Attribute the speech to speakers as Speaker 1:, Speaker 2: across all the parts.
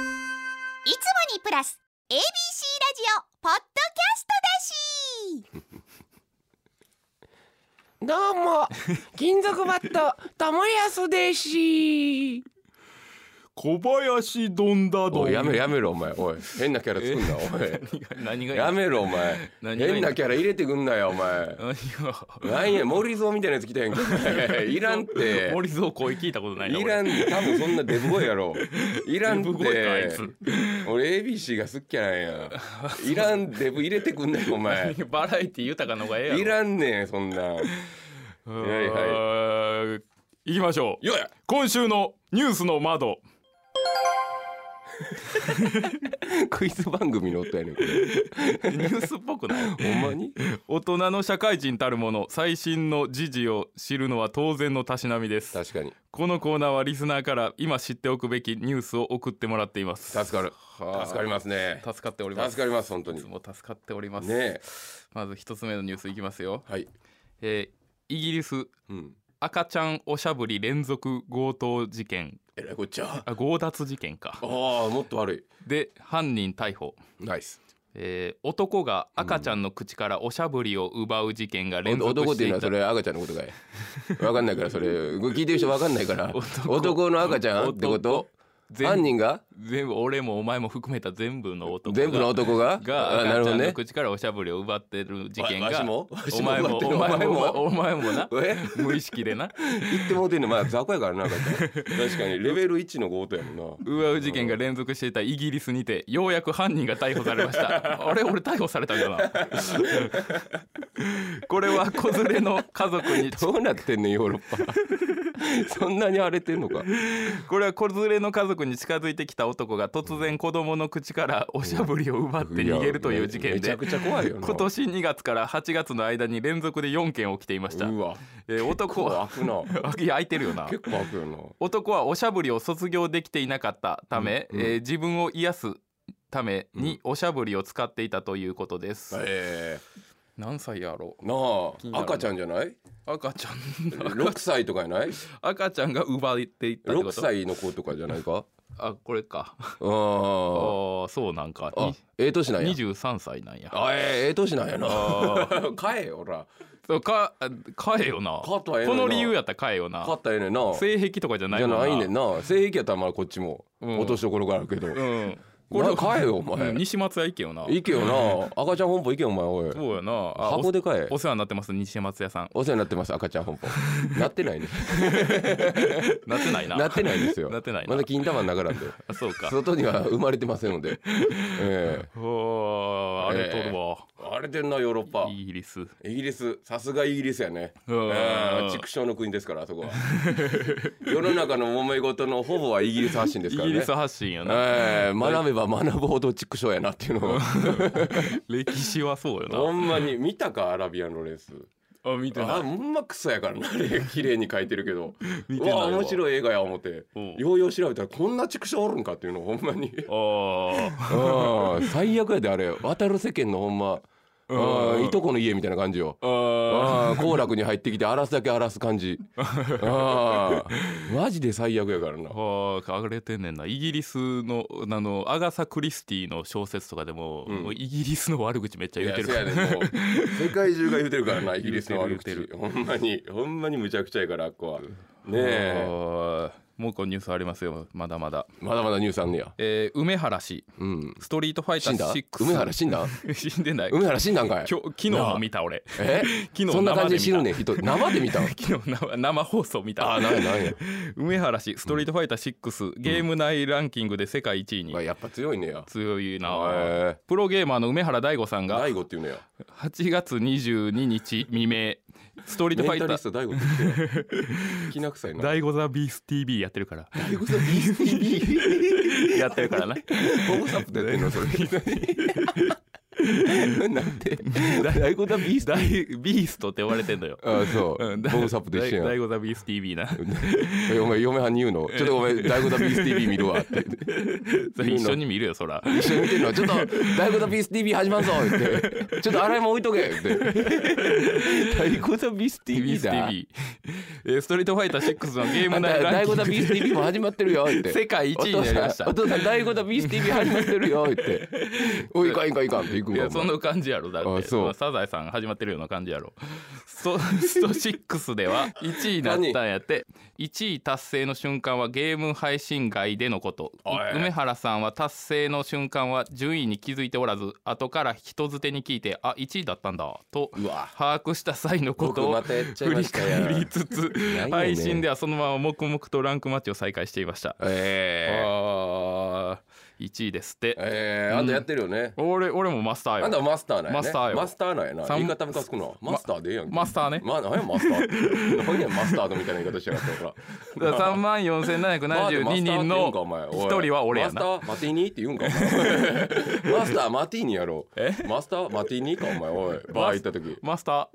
Speaker 1: いつもにプラス ABC ラジオポッドキャストだし
Speaker 2: どうも金属バッ ト友安ですし
Speaker 3: 小林どんだど
Speaker 2: お
Speaker 3: ん
Speaker 2: いやめろやめろお前おい変なキャラ作んなお
Speaker 4: 何が
Speaker 2: いやめろお前
Speaker 4: 何が
Speaker 2: 変なキャラ入れてくんなよお前
Speaker 4: 何が
Speaker 2: なんや森蔵みたいなやつ来たやんか いらんって
Speaker 4: 森蔵声聞いたことないない
Speaker 2: ら
Speaker 4: ん
Speaker 2: ん多分そんなデブ声やろいらんって
Speaker 4: デブ声かあいつ
Speaker 2: 俺 ABC が好きやなん やいらんデブ入れてくんなよお前
Speaker 4: バラエティ豊かの方がええやろ
Speaker 2: いらんねんそんなんはいはい
Speaker 4: はい行きましょう
Speaker 2: よや
Speaker 4: 今週のニュースの窓
Speaker 2: クイズ番組の音やねんこれ
Speaker 4: ニュースっぽくない
Speaker 2: ほんまに
Speaker 4: 大人の社会人たるもの最新の時事を知るのは当然のたしなみです
Speaker 2: 確かに
Speaker 4: このコーナーはリスナーから今知っておくべきニュースを送ってもらっています
Speaker 2: 助かる
Speaker 4: はあ
Speaker 2: 助かりますね
Speaker 4: 助かっております
Speaker 2: 助かります本当
Speaker 4: い
Speaker 2: に
Speaker 4: つも助かっております、
Speaker 2: ねえ
Speaker 4: まず一つ目のニュースいきますよ、
Speaker 2: はい
Speaker 4: えーイギリス
Speaker 2: うん
Speaker 4: 赤ちゃんおしゃぶり連続強盗事件
Speaker 2: えらいこっちゃあ
Speaker 4: あ強奪事件か
Speaker 2: あもっと悪
Speaker 4: で犯人逮捕、
Speaker 2: いナイス
Speaker 4: えー男が赤ちゃんの口からおしゃぶりを奪う事件が連続
Speaker 2: 男っ
Speaker 4: して
Speaker 2: い
Speaker 4: て
Speaker 2: うのはそ
Speaker 4: いた
Speaker 2: れ赤ちゃんのことかい 分かんないからそれ聞いてる人分かんないから
Speaker 4: 男
Speaker 2: 男の赤ちゃんってこと
Speaker 4: 全
Speaker 2: 犯人が
Speaker 4: 全部俺もお前も含めた全部の男が
Speaker 2: 全部の男が
Speaker 4: が
Speaker 2: あなる
Speaker 4: 赤
Speaker 2: ほど
Speaker 4: ちゃんの
Speaker 2: ね
Speaker 4: 口からおしゃぶりを奪ってる事件
Speaker 2: わわ
Speaker 4: が
Speaker 2: しもわ
Speaker 4: お
Speaker 2: しも
Speaker 4: 前も
Speaker 2: 奪ってる
Speaker 4: お前も
Speaker 2: お
Speaker 4: お前もな
Speaker 2: え
Speaker 4: 無意識でな
Speaker 2: 言ってもうてんのまあ雑魚やからな赤ちゃん確かにレベル1の強盗やもんな
Speaker 4: 奪う事件が連続していたイギリスにてようやく犯人が逮捕されました あれ俺逮捕されたんだなこれは子連れの家族に
Speaker 2: どうなってんのヨーロッパ そんなに荒れてんのか
Speaker 4: これは子連れの家族に近づいてきた男が突然子供の口からおしゃぶりを奪って逃げるという事件
Speaker 2: いやめ
Speaker 4: で
Speaker 2: ちゃくちゃ怖いよな
Speaker 4: 今年2月から8月の間に連続で4件起きていました
Speaker 2: う、わ
Speaker 4: えー男は
Speaker 2: 開くな
Speaker 4: いや開いてるよな
Speaker 2: 結構開くよな
Speaker 4: 男はおしゃぶりを卒業できていなかったため、
Speaker 2: うんうん
Speaker 4: えー自分を癒すためにおしゃぶりを使っていたということです、
Speaker 2: え
Speaker 4: 何歳やろ
Speaker 2: えなあ
Speaker 4: なる
Speaker 2: 赤ちゃんじゃない
Speaker 4: 赤ちゃん
Speaker 2: 六歳とかやない
Speaker 4: 赤ちゃんが奪っていったってこ
Speaker 2: 六
Speaker 4: と
Speaker 2: 歳の子とかじゃない か
Speaker 4: あこれかあ
Speaker 2: あ
Speaker 4: ーそうなんか
Speaker 2: ああええ年なんや
Speaker 4: 23歳なんや
Speaker 2: あええええ年なんやな
Speaker 4: あ
Speaker 2: 買えよほら
Speaker 4: そうかあ買えよな
Speaker 2: 買ったらええの
Speaker 4: こ
Speaker 2: にな
Speaker 4: の理由やったら買えよ
Speaker 2: 買
Speaker 4: な
Speaker 2: ったらええねんな
Speaker 4: 性癖とかじゃない
Speaker 2: じゃ
Speaker 4: もん
Speaker 2: ないねんな性癖やったらまだこっちも
Speaker 4: うん
Speaker 2: 落としどころがあるけど
Speaker 4: うん
Speaker 2: これ買えよお前
Speaker 4: うん西松屋行けよな
Speaker 2: 行けよな赤ちゃん本舗行けよお前おい
Speaker 4: そうやなあ
Speaker 2: 箱で買え
Speaker 4: おお世話になってます西松屋さん
Speaker 2: お世話になってます赤ちゃん本舗 なってないね
Speaker 4: なって ないな
Speaker 2: なってないですよ
Speaker 4: なってないな
Speaker 2: まだ金玉の中なんで
Speaker 4: あ そうか
Speaker 2: 外には生まれてませんの でええ
Speaker 4: おーあれとるわ、
Speaker 2: 荒れてんなヨーロッパ
Speaker 4: イギリス
Speaker 2: イギリスさすがイギリスやね
Speaker 4: うわ
Speaker 2: うん畜生の国ですからあそこは 世の中の揉め事のほぼはイギリス発信で
Speaker 4: イ
Speaker 2: すから
Speaker 4: ギ
Speaker 2: ね
Speaker 4: リス発信やな
Speaker 2: ええ学べば学ぶほど畜生やなっていうのを
Speaker 4: 歴史はそ
Speaker 2: ほ
Speaker 4: うよ
Speaker 2: んまに見たかアラビアンロレース
Speaker 4: なあ見て
Speaker 2: あ
Speaker 4: ない
Speaker 2: ほんまクソやからなあれ綺麗に描いてるけど
Speaker 4: 見て
Speaker 2: う
Speaker 4: ない
Speaker 2: わ
Speaker 4: わ
Speaker 2: 面白い映画や思って
Speaker 4: うん
Speaker 2: ようよう調べたらこんな畜生おるんかっていうのをほんまに
Speaker 4: あ
Speaker 2: うん最悪やであれ渡る世間のほんま
Speaker 4: ん
Speaker 2: うんいとこの家みたいな感じよ
Speaker 4: ーあ
Speaker 2: ああ行楽に入ってきて荒らすだけ荒らす感じああマジで最悪やからな
Speaker 4: あーあれてんねんなイギリスのあのアガサ・クリスティの小説とかでも,、
Speaker 2: うん
Speaker 4: もうイギリスの悪口めっちゃ言うて
Speaker 2: い
Speaker 4: るか
Speaker 2: や
Speaker 4: ら
Speaker 2: せやねんもう世界中が言うてるからなイギリスの悪
Speaker 4: 言う
Speaker 2: 口ほんまにほんまにむちゃくちゃやからあっこはねえ
Speaker 4: あーもう一個ニュースありますよまだまだ、
Speaker 2: まだまだニュースあんねや
Speaker 4: えー梅原氏
Speaker 2: うん
Speaker 4: ストリートファイタ
Speaker 2: 死ん
Speaker 4: ー
Speaker 2: だ
Speaker 4: 6
Speaker 2: 梅原死んだ
Speaker 4: 死んでない今
Speaker 2: 梅原死んだんかい
Speaker 4: 日昨日も見た俺
Speaker 2: え
Speaker 4: 昨日
Speaker 2: そんな感じで死
Speaker 4: 生
Speaker 2: ぬ
Speaker 4: で見
Speaker 2: ねん人生で見たん
Speaker 4: た昨日生生放送見た
Speaker 2: ああなんやなん や
Speaker 4: 梅原氏ストリートファイター6、ゲーム内ランキングで世界1位に、
Speaker 2: まあやっぱ強いねや
Speaker 4: 強いな、
Speaker 2: へえ
Speaker 4: プロゲーマーの梅原大吾さんが
Speaker 2: 大悟っていうねや
Speaker 4: 8月22日未明ストリートファ
Speaker 2: メン
Speaker 4: イ
Speaker 2: タ
Speaker 4: タ
Speaker 2: リ
Speaker 4: ー
Speaker 2: スト大悟って言ってやきな臭いな
Speaker 4: 大悟ザビース TV やってるから
Speaker 2: 大悟さん BCB
Speaker 4: やってるからな
Speaker 2: ボブサップでやってんのそれなんて大悟だビース
Speaker 4: ダイビーストって呼ばれて んのよ。
Speaker 2: あそう
Speaker 4: うん
Speaker 2: ボブサップと一緒
Speaker 4: ダイ
Speaker 2: やん
Speaker 4: ゴザビース TV な。
Speaker 2: えお前嫁はんに言うのちょっとごめん大悟だビース TV 見るわって
Speaker 4: それ一緒に見るよ、そら。
Speaker 2: 一緒に見てるのちょっと「大悟とピース TV 始まるぞ」って「ちょっと洗い物置いとけ」って「大悟とビース TV だ」
Speaker 4: TV えーストリートファイター6のゲー
Speaker 2: あ
Speaker 4: ム
Speaker 2: ん
Speaker 4: 内
Speaker 2: た「
Speaker 4: ラ
Speaker 2: 大
Speaker 4: ンキン
Speaker 2: 悟とビース TV も始まってるよ」っ
Speaker 4: グ
Speaker 2: て
Speaker 4: 世界
Speaker 2: お
Speaker 4: 1位に
Speaker 2: 父
Speaker 4: なりまし
Speaker 2: さん、
Speaker 4: た
Speaker 2: お。父さん、大悟だ、ビース TV 始まってるよって。おい、いかん、いかん、いかんって行く
Speaker 4: い
Speaker 2: ん
Speaker 4: や
Speaker 2: か。
Speaker 4: そんな感じやろだっ
Speaker 2: あ
Speaker 4: て
Speaker 2: そう
Speaker 4: まあサザエさん始まってるような感じやろストスト6では1位になったんやって1位達成の瞬間はゲーム配信外でのことい
Speaker 3: おい
Speaker 4: 梅原さんは達成の瞬間は順位に気づいておらず後から人づてに聞いてあ1位だったんだと
Speaker 2: うわ。
Speaker 4: 把握した際のこ
Speaker 2: 僕
Speaker 4: とを
Speaker 2: またやっちゃい
Speaker 4: 振
Speaker 2: ま
Speaker 4: り
Speaker 2: したや
Speaker 4: 返り
Speaker 2: ん。
Speaker 4: つつ
Speaker 2: やね
Speaker 4: 配信ではそのまま黙々とランクマッチを再開していました
Speaker 2: え
Speaker 4: あ1位ですっ
Speaker 2: え。
Speaker 4: て
Speaker 2: ええ、あんたやってるよね。
Speaker 4: 俺俺もマスターよ
Speaker 2: あんたマスターなんや
Speaker 4: マスター
Speaker 2: ね。
Speaker 4: よ
Speaker 2: マスターなんやな。
Speaker 4: 三
Speaker 2: 言い方ムカつくな。マスターでええやんけ。
Speaker 4: マスターね
Speaker 2: ま、なんやマスターって。何やマスタードみたいな言い方しやがって、ほら。
Speaker 4: だから3万4772人の一人は俺やな。
Speaker 2: マスターマティーニって言うんかお 前マスターマティーニやろマスターマティーニかお前おいバー行った時
Speaker 4: マスタ
Speaker 2: あ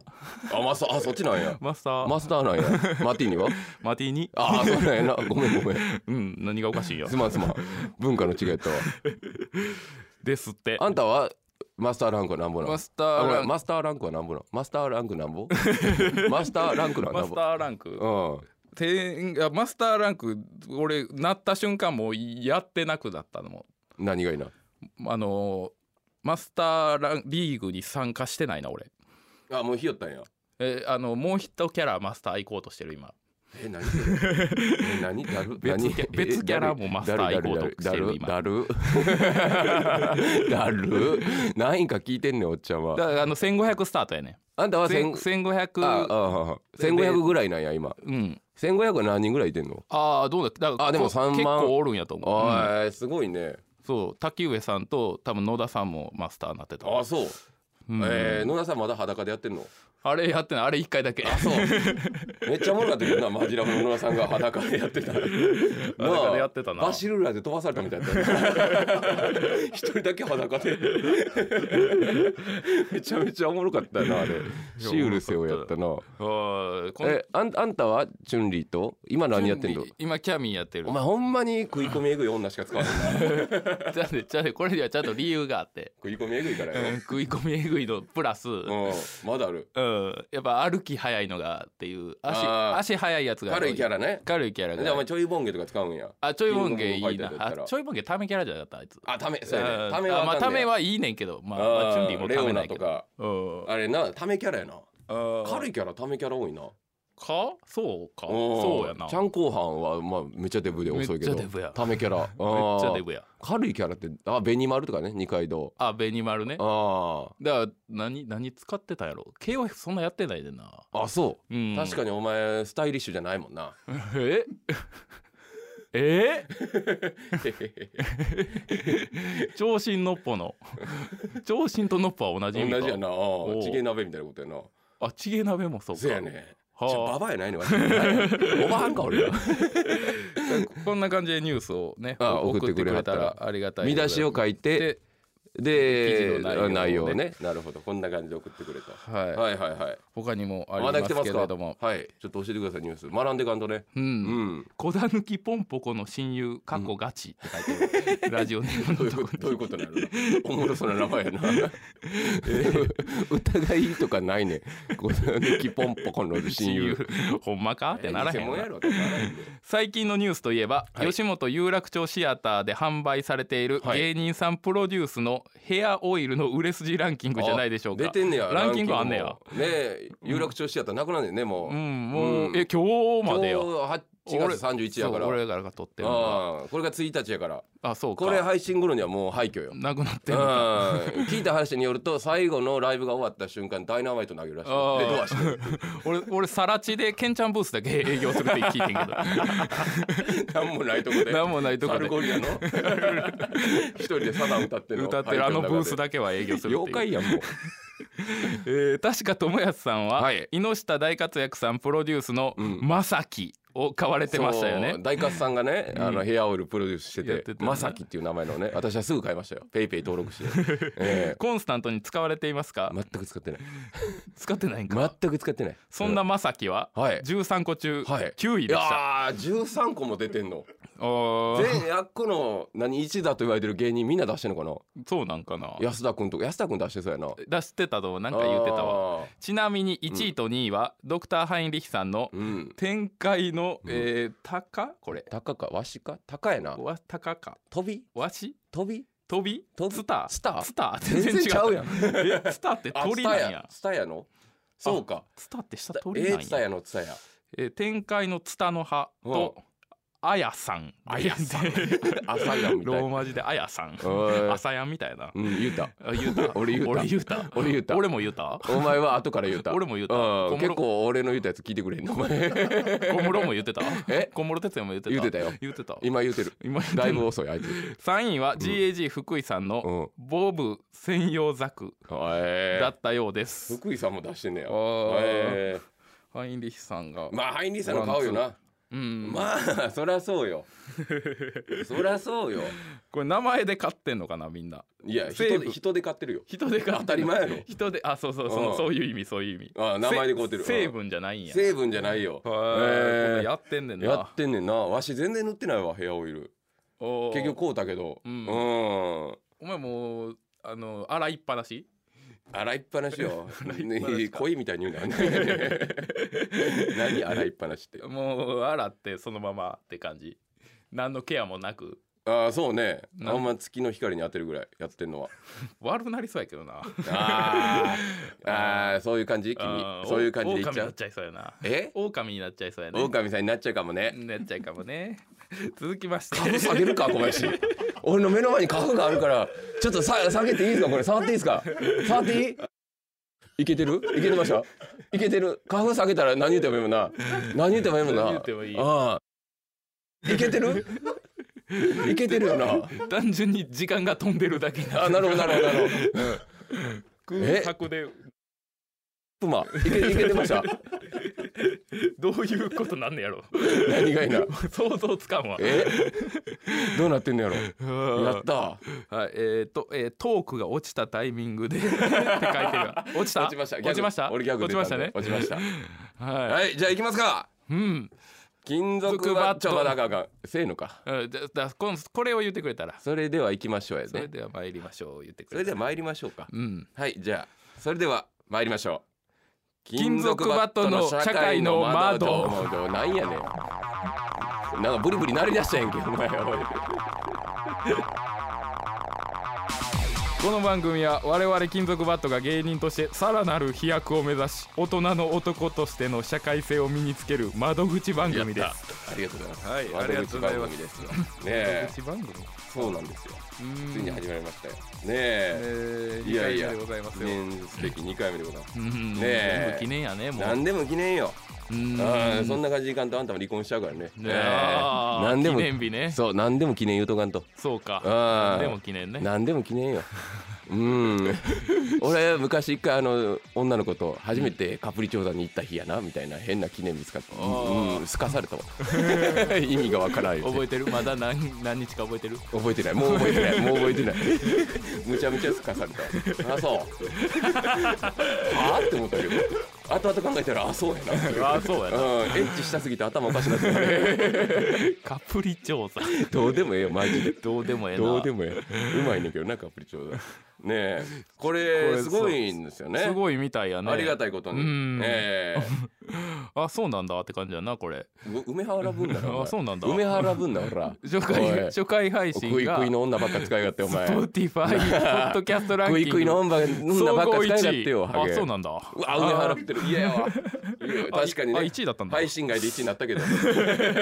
Speaker 2: マスターあそっちなんや
Speaker 4: ー、マスター、
Speaker 2: マスターなんやマティーニは
Speaker 4: マティーニ。
Speaker 2: ああそうなんやなごめんごめん
Speaker 4: うん、何がおかしいよ
Speaker 2: す。まんすまん文化の違いやったわ
Speaker 4: ですって。
Speaker 2: あんたはマスターランクはなんぼなの
Speaker 4: マスタ
Speaker 2: あご
Speaker 4: ー
Speaker 2: めん
Speaker 4: ランク。
Speaker 2: マスターランクはなんぼなのマスターランクなん ぼマスターランクなんぼ
Speaker 4: マスターランク。
Speaker 2: うん
Speaker 4: てんあマスターランク、俺、なった瞬間もうやってなくなったのも。
Speaker 2: 何がいいな
Speaker 4: あのー、マスターランリーグに参加してないな、俺。
Speaker 2: あもうひよったんや
Speaker 4: えあの、もう一キャラマスター行こうとしてる、今。
Speaker 2: え何 それえ何だる
Speaker 4: 別
Speaker 2: 何
Speaker 4: キャ別キャラもマスター行こうとしてる今
Speaker 2: だるだる だる何位か聞いてんねんおっちゃん
Speaker 4: だ
Speaker 2: は
Speaker 4: から、あの、1500スタートやね。
Speaker 2: あんたは千あ
Speaker 4: 1500、
Speaker 2: あ1500ぐらいなんや今
Speaker 4: うん。
Speaker 2: 1500は何人ぐらいいてんの
Speaker 4: ああどうだっけだから
Speaker 2: あでも
Speaker 4: こ
Speaker 2: 3万
Speaker 4: 結構おるんやと思う、うん
Speaker 2: あーすごいね
Speaker 4: そう滝上さんと多分野田さんもマスターになってた
Speaker 2: あそう
Speaker 4: うん
Speaker 2: えー野田さんまだ裸でやってんの
Speaker 4: あれやってないあれ1回だけ
Speaker 2: あそうめっちゃおもろかったけどなマジラブの野田さんが裸でやってた
Speaker 4: 裸でやってたな
Speaker 2: バシルーラーで飛ばされたみたいだった一人だけ裸 でめちゃめちゃおもろかったなあれシウルセをやったな
Speaker 4: あーこの
Speaker 2: えあんあんたはチュンリーと今何やってんの
Speaker 4: 今キャミーやってる
Speaker 2: お前ほんまに食い込みえぐい女しか使 わないな
Speaker 4: じゃあねじゃあねこれにはちゃんと理由があって、
Speaker 2: 食い込みえぐいから
Speaker 4: う
Speaker 2: よ
Speaker 4: ん、食い込みえぐいのプラス、うん
Speaker 2: うんまだある
Speaker 4: やっぱ歩き早いのがっていう足
Speaker 2: あー
Speaker 4: 足早いやつが
Speaker 2: 軽いキャラね
Speaker 4: 軽いキャラ
Speaker 2: じゃあお
Speaker 4: が
Speaker 2: 前ちょいボンゲとか使うんや
Speaker 4: あちょいもんげい
Speaker 2: キ
Speaker 4: い
Speaker 2: ングオブファイターズや
Speaker 4: な
Speaker 2: ったら
Speaker 4: あちょいもんげためキャラじゃなかったあいつ
Speaker 2: あためそうやねため
Speaker 4: あ
Speaker 2: は
Speaker 4: まあ
Speaker 2: あか
Speaker 4: た
Speaker 2: んね
Speaker 4: め
Speaker 2: や
Speaker 4: はいいねんけどまあ
Speaker 2: あー
Speaker 4: まあチュンリーも
Speaker 2: レ
Speaker 4: ため
Speaker 2: オ
Speaker 4: な
Speaker 2: ナ
Speaker 4: いけ
Speaker 2: と
Speaker 4: ど
Speaker 2: か
Speaker 4: うん
Speaker 2: あれなためキャラやな
Speaker 4: 軽
Speaker 2: 軽
Speaker 4: い
Speaker 2: いキャラためキャラ多いな
Speaker 4: かそうかそうやな
Speaker 2: ちゃん後半はまあめっちゃデブで遅いけど
Speaker 4: めっちゃデブや
Speaker 2: ためキャラめ っ
Speaker 4: めっちゃデブや
Speaker 2: 軽いキャラってあ紅丸とかね二階堂
Speaker 4: あベニマルね
Speaker 2: あ
Speaker 4: だから何何使ってたんやろ KOF そんなやってないでな
Speaker 2: ああそうう、
Speaker 4: ん
Speaker 2: 確かにお前スタイリッシュじゃないもんな
Speaker 4: ええ 長身のっぽの長身とのっぽは同じ
Speaker 2: 同
Speaker 4: 意味か
Speaker 2: じやなあ
Speaker 4: おう
Speaker 2: ーちげ鍋みたいなことやな
Speaker 4: あチゲ鍋もそうか
Speaker 2: そうやね
Speaker 4: はあ
Speaker 2: ちょババアやないねわしおばはんか 俺ら
Speaker 4: こんな感じでニュースをね
Speaker 2: あ
Speaker 4: 送ってく
Speaker 2: 送
Speaker 4: れ
Speaker 2: って
Speaker 4: た
Speaker 2: くれた
Speaker 4: ら
Speaker 2: ら
Speaker 4: ありがたい
Speaker 2: 見出しを書いて
Speaker 4: で
Speaker 2: で
Speaker 4: 記事の内
Speaker 2: 内
Speaker 4: 容をね
Speaker 2: 容ねなるほどこんな感じで送ってくれた
Speaker 4: はい、
Speaker 2: はいはいはい
Speaker 4: 他にもあ
Speaker 2: まだ
Speaker 4: りま
Speaker 2: 来
Speaker 4: す
Speaker 2: てます
Speaker 4: けれ
Speaker 2: か
Speaker 4: ども、
Speaker 2: はいちょっと教えてくださいニュース学んでかんとね
Speaker 4: う
Speaker 2: うんん
Speaker 4: 小田抜きポンポコの親友かっこガチって書いて る、ラジオネーム
Speaker 2: どうい
Speaker 4: の
Speaker 2: う
Speaker 4: と
Speaker 2: こ
Speaker 4: ことに
Speaker 2: どういうことなのおもろそうな名 前やな、疑いとかないねこの抜きポンポコの親友
Speaker 4: ほんまかってならへ
Speaker 2: え偽
Speaker 4: んわ
Speaker 2: 物やろとかならへんで
Speaker 4: 最近のニュースといえば、
Speaker 2: はい
Speaker 4: 吉本有楽町シアターで販売されている
Speaker 2: はい
Speaker 4: 芸人さんプロデュースのヘアオイルの売れ筋ランキングじゃないでしょうか
Speaker 2: 出てんねや
Speaker 4: ランキングあんねや
Speaker 2: ランキングもねえ有楽町市やったらなくなんねんねもう、
Speaker 4: うんもう、
Speaker 2: うん
Speaker 4: え今日
Speaker 2: 今
Speaker 4: ま
Speaker 2: 日
Speaker 4: でよ
Speaker 2: 8月31やから
Speaker 4: そう俺らが撮ってるのが
Speaker 2: ああこれが1日やから
Speaker 4: あそうか
Speaker 2: これ配信頃にはもう廃墟よ
Speaker 4: なくなって
Speaker 2: うん
Speaker 4: るのか
Speaker 2: 聞いた話によると最後のライブが終わった瞬間ダイナマイト投げるらしいで
Speaker 4: ああ
Speaker 2: ドアしてる
Speaker 4: 俺俺さらちでケンちゃんブースだけ営業するって聞いてんけ
Speaker 2: なんもないとこで
Speaker 4: どなんもないとこ
Speaker 2: サ
Speaker 4: で
Speaker 2: ルゴリラ の一人でサダン歌ってるの
Speaker 4: 歌ってるあのブースだけは営業するっていう
Speaker 2: 妖怪やんもう
Speaker 4: えー確か友康さんは、
Speaker 2: はい
Speaker 4: 井下大活躍さんプロデュースの「
Speaker 2: うん
Speaker 4: まさき」を買われてましたよね
Speaker 2: そう大活さんがね、
Speaker 4: うん
Speaker 2: あのヘアオイルプロデュースして
Speaker 4: やっててたね
Speaker 2: まさきっていう名前のね私はすぐ買いましたよペイペイ登録 して、え
Speaker 4: コンスタントに使われていますか
Speaker 2: え全く使ってない
Speaker 4: 使ってないんか、
Speaker 2: 全く使ってない
Speaker 4: そんなまさきは
Speaker 2: うんはい
Speaker 4: 13個中
Speaker 2: はい
Speaker 4: 9位
Speaker 2: い
Speaker 4: でした、
Speaker 2: やー13個も出てんの
Speaker 4: おー
Speaker 2: 全役の何1だと言われてる芸人みんな出してんのかな
Speaker 4: そうなんかな
Speaker 2: 安田君とか安田君出してそうやな
Speaker 4: 出してたとなんか言ってたわ
Speaker 2: わ
Speaker 4: ちなみに1位と2位は、ドクター・ハインリヒさんの
Speaker 2: うん
Speaker 4: 展開
Speaker 2: うん
Speaker 4: の、えー、鷹これ
Speaker 2: 高かわしか高やな
Speaker 4: わ鷹か
Speaker 2: 飛び
Speaker 4: わし
Speaker 2: 飛び
Speaker 4: 飛び
Speaker 2: 飛び
Speaker 4: ツタ
Speaker 2: スター
Speaker 4: ツタ
Speaker 2: 全然ちゃうやん
Speaker 4: えツタって
Speaker 2: あ
Speaker 4: 鳥なんや
Speaker 2: ツタヤのそうか
Speaker 4: ツタって下
Speaker 2: え
Speaker 4: 鳥
Speaker 2: え
Speaker 4: なん
Speaker 2: ツタ
Speaker 4: や
Speaker 2: ヤのツタヤ
Speaker 4: えー展開のツタの葉とあやさん
Speaker 2: あやさん
Speaker 4: で
Speaker 2: 朝やんみ
Speaker 4: ロ
Speaker 2: たい
Speaker 4: ーマ字であ やさん
Speaker 2: おい
Speaker 4: 朝やんみたいな
Speaker 2: うん言う た
Speaker 4: あ言うた
Speaker 2: 俺言うた
Speaker 4: 俺言うた
Speaker 2: 俺言うた
Speaker 4: 俺も言うた
Speaker 2: お前は後から言うた
Speaker 4: 俺も言うた
Speaker 2: うん
Speaker 4: 小室
Speaker 2: 結構俺の言うたやつ聞いてくれんのお 前
Speaker 4: 小室も言ってた
Speaker 2: え
Speaker 4: 小室哲也も言ってた
Speaker 2: 言ってたよ
Speaker 4: 言ってた
Speaker 2: 今言うてる
Speaker 4: 今言ってた
Speaker 2: だいぶ遅いあいつ
Speaker 4: 3位は GAG 福井さんの
Speaker 2: うん
Speaker 4: ボブ専用ザク
Speaker 2: え
Speaker 4: だったようです、
Speaker 2: 福井さんも出してんねや
Speaker 4: あー
Speaker 2: え
Speaker 4: ハインリヒさんが、
Speaker 2: ーまあハインリーさんの顔よな
Speaker 4: うん
Speaker 2: まあそりゃそう よそりゃそうよ
Speaker 4: これ名前で買ってんのかなみんない
Speaker 2: や
Speaker 4: セー
Speaker 2: 人
Speaker 4: ブ
Speaker 2: で人で買ってるよ
Speaker 4: 人で買ってんの
Speaker 2: 当たり前やろ
Speaker 4: 人であそうそうそううんそういう意味そういう意味
Speaker 2: あー名前で買うてる
Speaker 4: せ成分じゃないんや
Speaker 2: 成分じゃないよ
Speaker 4: はい
Speaker 2: えー
Speaker 4: やってんねんな
Speaker 2: やってんねんなわし全然塗ってないわヘアオイル
Speaker 4: おー
Speaker 2: 結局こうたけどう
Speaker 4: うん
Speaker 2: ん
Speaker 4: お前もうあの洗いっぱなし
Speaker 2: 洗いっぱなし よ。
Speaker 4: いっぱなしか
Speaker 2: 恋みたいに言うな。 何洗いっぱなしって。
Speaker 4: もう洗ってそのままって感じ何のケアもなく
Speaker 2: ああそうね。
Speaker 4: な
Speaker 2: あんま月の光に当てるぐらいやってんのは。
Speaker 4: 悪くなりそうやけどな
Speaker 2: あーあーそういう感じ 君
Speaker 4: あー。
Speaker 2: そういう感じでいっ
Speaker 4: 狼に
Speaker 2: ちゃ
Speaker 4: なっ
Speaker 2: う。
Speaker 4: ちゃいそうやな
Speaker 2: え？
Speaker 4: 狼になっちゃいそうやね
Speaker 2: 狼さんになっちゃうかもね。
Speaker 4: なっちゃうかもね 続きまして
Speaker 2: 株下げるか小林。俺の目の前に株があるからちょっとさ下げていいですかこれ触っていいですか触っていいいけてるいけてましたいけてる花粉下げたら何言ってもいいもんな何言ってもいいもんな
Speaker 4: 何言ってもいい
Speaker 2: ああいけてるいけてるよな
Speaker 4: 単純に時間が飛んでるだけ
Speaker 2: あなるほどなるほどなるほど
Speaker 4: 空白で
Speaker 2: プマいけいけてました
Speaker 4: どういうことなんねやろ
Speaker 2: 何がいいな
Speaker 4: 想像つかんわ
Speaker 2: えどうなってんのやろや
Speaker 4: や
Speaker 2: った落
Speaker 4: はいえーとえートークが落ちたタイミン グでって書いてるわ落ちた
Speaker 2: ちましたギャグ
Speaker 4: 落ちました
Speaker 2: 俺ギャグ
Speaker 4: 落ちました
Speaker 2: 出
Speaker 4: ね
Speaker 2: んで落ちました
Speaker 4: はい
Speaker 2: はいじゃあ行きますか
Speaker 4: うん
Speaker 2: 金属バットまだあかんあかんせーのか
Speaker 4: うんじゃだこんこれを言ってくれたら
Speaker 2: それでは行きましょうや
Speaker 4: それ
Speaker 2: ね
Speaker 4: では参りましょう言ってく
Speaker 2: そ
Speaker 4: れ
Speaker 2: れ
Speaker 4: た
Speaker 2: では参りましょうか
Speaker 4: うん
Speaker 2: はいじゃあそれでは参りましょう
Speaker 4: 金属バットの社会の窓
Speaker 2: 窓なんやねんなんかブリブリ鳴り出したやんけお前おい
Speaker 4: この番組は我々金属バットが芸人としてさらなる飛躍を目指し大人の男としての社会性を身につける窓口番組で
Speaker 2: やっ
Speaker 4: す
Speaker 2: たありがとうございます
Speaker 4: はいありがとうございま
Speaker 2: 窓口番
Speaker 4: す
Speaker 2: 組ですよね え
Speaker 4: 窓口番組
Speaker 2: そうなんですよついに始まりましたよねえ
Speaker 4: えー、
Speaker 2: いやい
Speaker 4: 二
Speaker 2: や
Speaker 4: 回目でございます
Speaker 2: 記
Speaker 4: よ、
Speaker 2: 念すべき2回目でございます
Speaker 4: うん
Speaker 2: ねえ
Speaker 4: 全部記念やねもう
Speaker 2: 何でも記念よ
Speaker 4: うん
Speaker 2: うんそんな感じでいかんとあんたも離婚しちゃうからね
Speaker 4: ね
Speaker 2: ええ
Speaker 4: あー
Speaker 2: 何でも
Speaker 4: 記念日ねそ
Speaker 2: そう何でも記念言うとかんと
Speaker 4: うか
Speaker 2: あー
Speaker 4: でも記念ね
Speaker 2: 何でも記念よ。 うん、俺昔一回あの女の子と初めてカプリ調査に行った日やなみたいな変な記念見つかって、うんうん、すかされたわ 意味がわからない
Speaker 4: 覚
Speaker 2: 覚
Speaker 4: えてるまだ何何日か覚えてる
Speaker 2: え覚えてないもう覚えてないもう覚えてないむちゃむちゃすかされたわあ そうはあって思ったけど後々考えたらあそうやなって いう
Speaker 4: ああそ
Speaker 2: うん、エ
Speaker 4: うやな
Speaker 2: ッチしたすぎて頭おかしなってた
Speaker 4: カプリ調査
Speaker 2: どうでもええよマジで
Speaker 4: どうでもええな
Speaker 2: どうでもええうまいねんけどなカプリ調査ねえこ
Speaker 4: こ
Speaker 2: れ
Speaker 4: れ
Speaker 2: すごいんですよね
Speaker 4: すごいみたいやね
Speaker 2: ありがたいことに
Speaker 4: うん、
Speaker 2: え
Speaker 4: あそうなんだって感じやなこれ
Speaker 2: えう梅原分なのお前
Speaker 4: あそうなんだ
Speaker 2: 梅原分なほら
Speaker 4: 初
Speaker 2: お
Speaker 4: 回
Speaker 2: い
Speaker 4: 初回配信
Speaker 2: 食い
Speaker 4: が
Speaker 2: 食いの女ばっか使いやがってお前
Speaker 4: Spotify ポッドキャストランキ
Speaker 2: 食
Speaker 4: ン
Speaker 2: い食
Speaker 4: グ
Speaker 2: いの女ば女ばっか使いやがってよ
Speaker 4: 総合
Speaker 2: ハ
Speaker 4: 一位
Speaker 2: ゲ
Speaker 4: あそうなんだ
Speaker 2: うわ梅原食ってる嫌やわいやいや
Speaker 4: あ
Speaker 2: 確かに
Speaker 4: あ
Speaker 2: ね
Speaker 4: 1位だったんだ
Speaker 2: 配信外で1位になった けど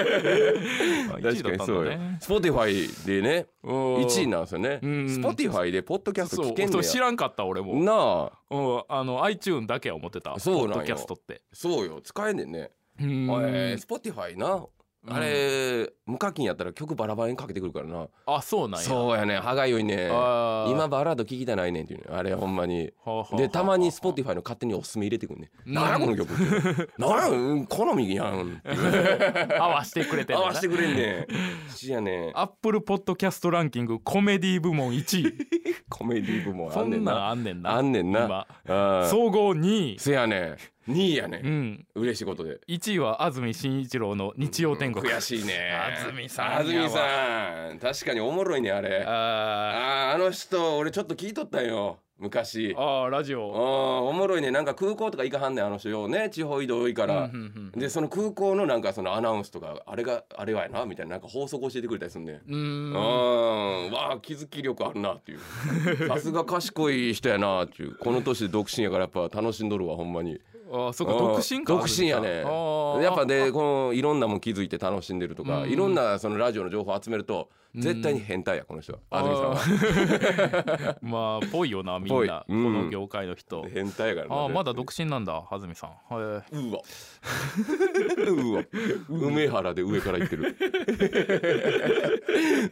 Speaker 4: 1位だったんだね
Speaker 2: スポティファイでね
Speaker 4: おー
Speaker 2: 1位なんですよね
Speaker 4: うん
Speaker 2: スポティファイでポッドキャスト
Speaker 4: そ
Speaker 2: 聞け
Speaker 4: うんそう
Speaker 2: の
Speaker 4: 知
Speaker 2: や
Speaker 4: らんかった俺も
Speaker 2: なあ
Speaker 4: うんあの iTune だけは思ってた
Speaker 2: そうなんよ
Speaker 4: ポッドキャストって
Speaker 2: そうよ使えんねんね
Speaker 4: うん
Speaker 2: スポティファイな
Speaker 4: うん
Speaker 2: あれ無課金やったら曲バラバラにかけてくるからな
Speaker 4: あそうなんや
Speaker 2: そうやね歯がゆいね
Speaker 4: あー
Speaker 2: 今バラード聞きたないねんっていうねあれほんまに
Speaker 4: はあはあはあ
Speaker 2: でたまに Spotify の勝手におすすめ入れてくんね「
Speaker 4: うん
Speaker 2: 何やこの 曲」なんやうん好みやん」
Speaker 4: 合わしてくれて
Speaker 2: 合わせて
Speaker 4: る
Speaker 2: くれんね んしやねん
Speaker 4: アップルポッドキャストランキングコメディ部門1位
Speaker 2: コメディ部 門あ
Speaker 4: そ
Speaker 2: んね
Speaker 4: ん
Speaker 2: ん
Speaker 4: なん
Speaker 2: な
Speaker 4: あんねんな
Speaker 2: あんねんな
Speaker 4: 今
Speaker 2: あー
Speaker 4: 総合2位
Speaker 2: せやねん2位やね
Speaker 4: うんん
Speaker 2: 嬉しいことで
Speaker 4: 1位は安住紳一郎の日曜天国
Speaker 2: 悔しいね
Speaker 4: 安住さんやわ
Speaker 2: 安住さん確かにおもろいねあれ
Speaker 4: あ
Speaker 2: あーあの人俺ちょっと聞いとったんよ昔
Speaker 4: ーあーラジ
Speaker 2: うん
Speaker 4: オ
Speaker 2: おもろいねなんか空港とか行かはんねんあの人ようね地方移動多いから、
Speaker 4: うんうん
Speaker 2: でその空港のなんかそのアナウンスとかあれがあれはやなみたいななんか法則教えてくれたりすんねん
Speaker 4: うんう
Speaker 2: う
Speaker 4: ー
Speaker 2: ん
Speaker 4: ん
Speaker 2: わあ気づき力あるなっていう さすが賢い人やなっていうこの年で独身やからやっぱ楽しんどるわほんまに
Speaker 4: ああそっか
Speaker 2: うん
Speaker 4: 独身か
Speaker 2: 独身やね
Speaker 4: あー
Speaker 2: やっぱでこのいろんなもん気づいて楽しんでるとか
Speaker 4: うん
Speaker 2: いろんなそのラジオの情報集めると
Speaker 4: うん
Speaker 2: 絶対に変態やこの人は安住さんは
Speaker 4: あーまあぽいよなみ
Speaker 2: ぽ
Speaker 4: ん
Speaker 2: い
Speaker 4: な
Speaker 2: う
Speaker 4: こ
Speaker 2: ん
Speaker 4: の業界の人
Speaker 2: 変態やからな
Speaker 4: ああまだ独身なんだ安住さんへ
Speaker 2: うわうわ梅原で上から行って る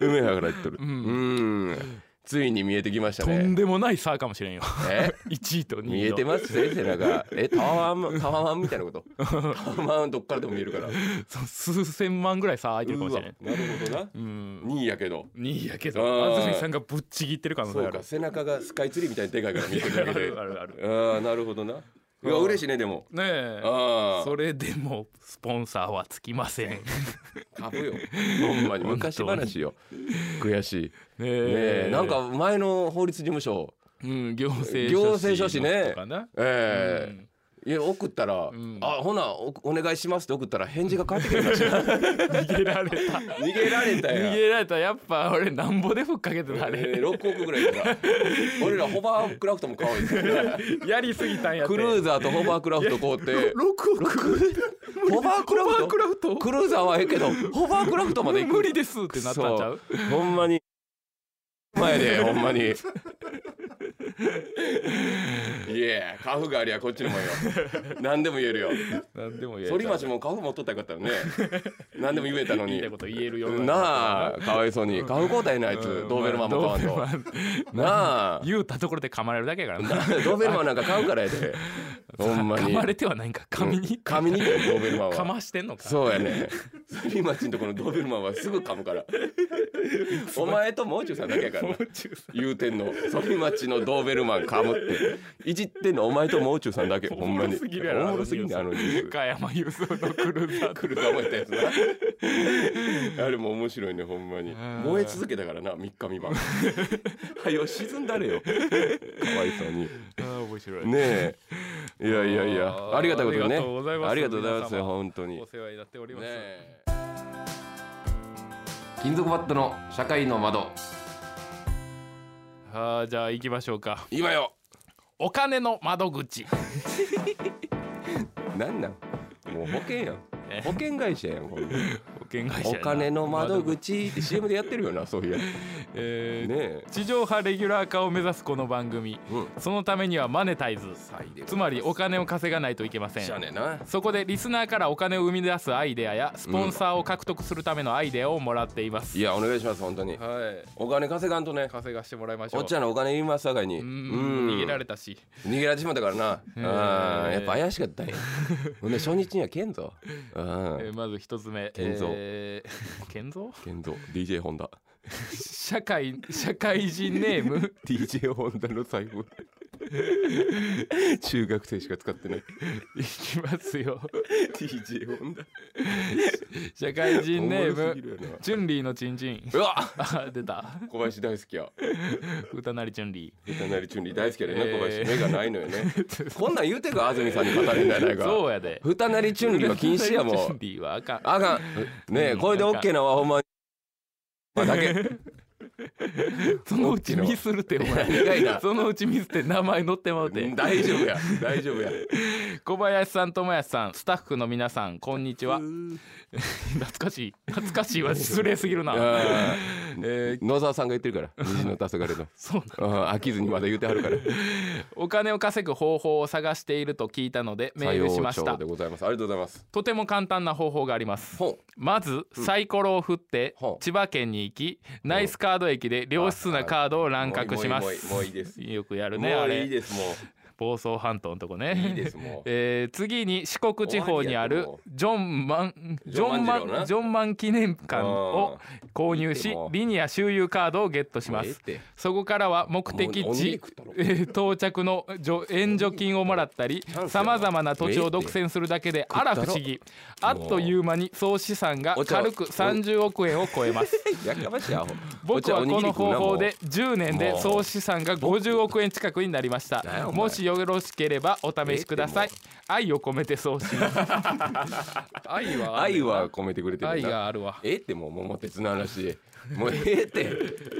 Speaker 2: 梅原から行ってるうんついに見えてきました
Speaker 4: えとん
Speaker 2: ね
Speaker 4: でもない差かもしれんよ
Speaker 2: え
Speaker 4: 1位と2位の
Speaker 2: 見えてますね背中えタワーマンタワーマンみたいなことタワーマンどっからでも見えるから
Speaker 4: そう数千万ぐらい差空いてるかも
Speaker 2: う
Speaker 4: し
Speaker 2: わ
Speaker 4: れな
Speaker 2: ないるほどな
Speaker 4: うん
Speaker 2: 2位やけど
Speaker 4: 2位やけ
Speaker 2: あ
Speaker 4: ど
Speaker 2: ー
Speaker 4: 安住さんがぶっちぎってる可能性
Speaker 2: そ
Speaker 4: あ
Speaker 2: う
Speaker 4: る
Speaker 2: か背中がスカイツリーみたいにでかいから見えてる
Speaker 4: あ
Speaker 2: だけ で
Speaker 4: るあるある
Speaker 2: ああなるほどないや嬉しいねでも
Speaker 4: ねえ
Speaker 2: あ
Speaker 4: それでもスポンサーはつきま せんね
Speaker 2: あ株よほんまに昔話よ悔しいねえ
Speaker 4: え
Speaker 2: なんか前の法律事務所
Speaker 4: うん行政
Speaker 2: 行政書士
Speaker 4: の
Speaker 2: ね
Speaker 4: 人かな
Speaker 2: え
Speaker 4: うん
Speaker 2: えいや送ったら「
Speaker 4: ん
Speaker 2: あほなおお願いします」って送ったら返事が返ってきました
Speaker 4: 逃げられた
Speaker 2: 逃げられた
Speaker 4: 逃
Speaker 2: やん
Speaker 4: げられたやっぱ俺なんぼでふっかけてたあ
Speaker 2: え
Speaker 4: れ
Speaker 2: ー、6億ぐらい とか俺らホバークラフトも買おうよ
Speaker 4: やりすぎたんやって
Speaker 2: クルーザーとホバークラフト買う て
Speaker 4: 六億
Speaker 2: ホバークラフト
Speaker 4: ホバークラフト
Speaker 2: クルーザーはええけどホバークラフトまで行く
Speaker 4: 無理ですってなったんちゃう
Speaker 2: そうほんまに前でほん まにいやカフがありゃこっちのもんよ何でも言えるよ
Speaker 4: なんでも言え
Speaker 2: 反町もカフ持っとったらよかったよ ね何でも言えたの
Speaker 4: 言
Speaker 2: に
Speaker 4: いたいこと言えるよう
Speaker 2: なあかわいそうにカフ交代ないやつ
Speaker 4: うん
Speaker 2: ドーベルマンも買わん
Speaker 4: ドーベ
Speaker 2: と
Speaker 4: ルマン
Speaker 2: な あ
Speaker 4: 言うたところで噛まれるだけやからな
Speaker 2: ドーベルマンなんか買うからやで ほんま
Speaker 4: 噛
Speaker 2: に
Speaker 4: まれてはないんか髪に
Speaker 2: 噛みにくいドーベルマン
Speaker 4: 噛
Speaker 2: は
Speaker 4: ましてんのか
Speaker 2: そうやね反町のとこのドーベルマンはすぐ噛む からお前ともう中さんだけやからな言うてんの反町のドーベルマンかむっていじってんのお前ともう中さんだけほんまに
Speaker 4: おもろすぎるやろ
Speaker 2: おもろすぎんねあのニュース
Speaker 4: 加山雄三のクルーザー
Speaker 2: 来ると思ったやつなあれも面白いねほんまに
Speaker 4: ん
Speaker 2: 燃え続けたからな三日三晩はよ沈んだれよかわい そうに
Speaker 4: あー面白い
Speaker 2: ねえいやいやい
Speaker 4: あ
Speaker 2: や
Speaker 4: ー
Speaker 2: ありがたいことにね
Speaker 4: ありがとうございます
Speaker 2: ありがとうございます
Speaker 4: 皆様
Speaker 2: 本当に
Speaker 4: お世話になっております、
Speaker 2: ね金属バットの社会の窓
Speaker 4: あーじゃあ行きましょうか
Speaker 2: 今よ
Speaker 4: お金の窓口
Speaker 2: なんなんもう保険やん
Speaker 4: え
Speaker 2: 保険会社やんほんま
Speaker 4: 保険会社
Speaker 2: お
Speaker 4: やな
Speaker 2: 金の窓口って CM でやってるよなそういうやつ
Speaker 4: えー
Speaker 2: ね
Speaker 4: 地上波レギュラー化を目指すこの番組
Speaker 2: えうん
Speaker 4: そのためにはマネタイズつまりお金を稼がないといけませ
Speaker 2: しゃあ
Speaker 4: ん
Speaker 2: ねえな
Speaker 4: そこでリスナーからお金を生み出すアイデアやスポンサーを獲得するためのアイデアをもらっています、
Speaker 2: いやお願いします本当に
Speaker 4: はい
Speaker 2: お金稼がんとね
Speaker 4: 稼がしてもらいましょ
Speaker 2: お
Speaker 4: う
Speaker 2: っちゃんのお金言いますさかいに
Speaker 4: う
Speaker 2: うんん
Speaker 4: 逃げられたし
Speaker 2: 逃げられてしまったからなうん
Speaker 4: へえ
Speaker 2: やっぱ怪しかったんやほんで初日にはケンゾう
Speaker 4: えー
Speaker 2: ん
Speaker 4: まず一つ目
Speaker 2: 健三
Speaker 4: えー健三
Speaker 2: ケンゾ DJ ホンダ
Speaker 4: 社会社会人ネ ーム
Speaker 2: DJ ホンダの財 布中学生しか使ってない
Speaker 4: いきますよ
Speaker 2: DJ ホンダ
Speaker 4: 社会人ネー
Speaker 2: おもろすぎ
Speaker 4: ム
Speaker 2: るよな
Speaker 4: チュンリーのチンチン
Speaker 2: うわ
Speaker 4: あ出た
Speaker 2: 小林大好きや
Speaker 4: 歌なりチュンリ
Speaker 2: 歌なりチュンリー大好きやね、
Speaker 4: えー
Speaker 2: 小林目がないのよ ねこんなん言うてか安住さんに語るんじゃない
Speaker 4: ー
Speaker 2: か
Speaker 4: そうやで
Speaker 2: 歌なりチュンリーは禁止や
Speaker 4: チ
Speaker 2: も
Speaker 4: ュン
Speaker 2: ん
Speaker 4: リーはあかん
Speaker 2: あかんねえこれでオッケーなのはほんまにだけ
Speaker 4: そのうちミスるってお前
Speaker 2: 意外な
Speaker 4: そのうちミスって名前載ってまうて
Speaker 2: 大丈夫 や大丈夫や
Speaker 4: 小林さん友康さんスタッフの皆さんこんにちは懐かしい懐かしいは失礼すぎるな
Speaker 2: あー野沢さんが言ってる から虹の黄昏の
Speaker 4: そうな
Speaker 2: うん飽きずにまだ言ってはるから
Speaker 4: お金を稼ぐ方法を探していると聞いたの でメールしまし
Speaker 2: さよう
Speaker 4: た
Speaker 2: ちょうでございますありがとうございます
Speaker 4: とても簡単な方法があります
Speaker 2: ほ
Speaker 4: まずサイコロを振って
Speaker 2: ほう
Speaker 4: 千葉県に行きナイスカード駅で良質なカードを乱獲しま
Speaker 2: もういいもういいもういいですす
Speaker 4: よくや
Speaker 2: う
Speaker 4: るねあ
Speaker 2: もういい
Speaker 4: れ
Speaker 2: ですも
Speaker 4: 房総半島のとこ
Speaker 2: ういい
Speaker 4: ね
Speaker 2: ですもう
Speaker 4: えー次に四国地方にあるジョンマンジ
Speaker 2: ジョ
Speaker 4: ョ
Speaker 2: ン
Speaker 4: ン
Speaker 2: 万
Speaker 4: マ
Speaker 2: 次郎な
Speaker 4: ンジョンマン記念館を購入
Speaker 2: 見
Speaker 4: して
Speaker 2: も
Speaker 4: リニア周遊カードをゲットしま
Speaker 2: もうえ
Speaker 4: す
Speaker 2: えって
Speaker 4: そこからは目的
Speaker 2: もうおにぎり
Speaker 4: 地
Speaker 2: 食ったろ
Speaker 4: えー到着のじょ援助金をもらったり
Speaker 2: チャンスや
Speaker 4: さ
Speaker 2: な
Speaker 4: まざまな土地を独占するだけであら不思議あっという間に総資産が
Speaker 2: お茶
Speaker 4: 軽く30億円を超えます
Speaker 2: やかましいアホ
Speaker 4: 僕はこの方法で
Speaker 2: こ
Speaker 4: 10年で総資産が50億円近くになりました
Speaker 2: なんやお前
Speaker 4: もしよろしければお試しください愛を込めてそうします
Speaker 2: っち
Speaker 4: 愛はある
Speaker 2: 愛は込めてくれてるな
Speaker 4: 愛があるわ
Speaker 2: ええってもう桃鉄の話もうええって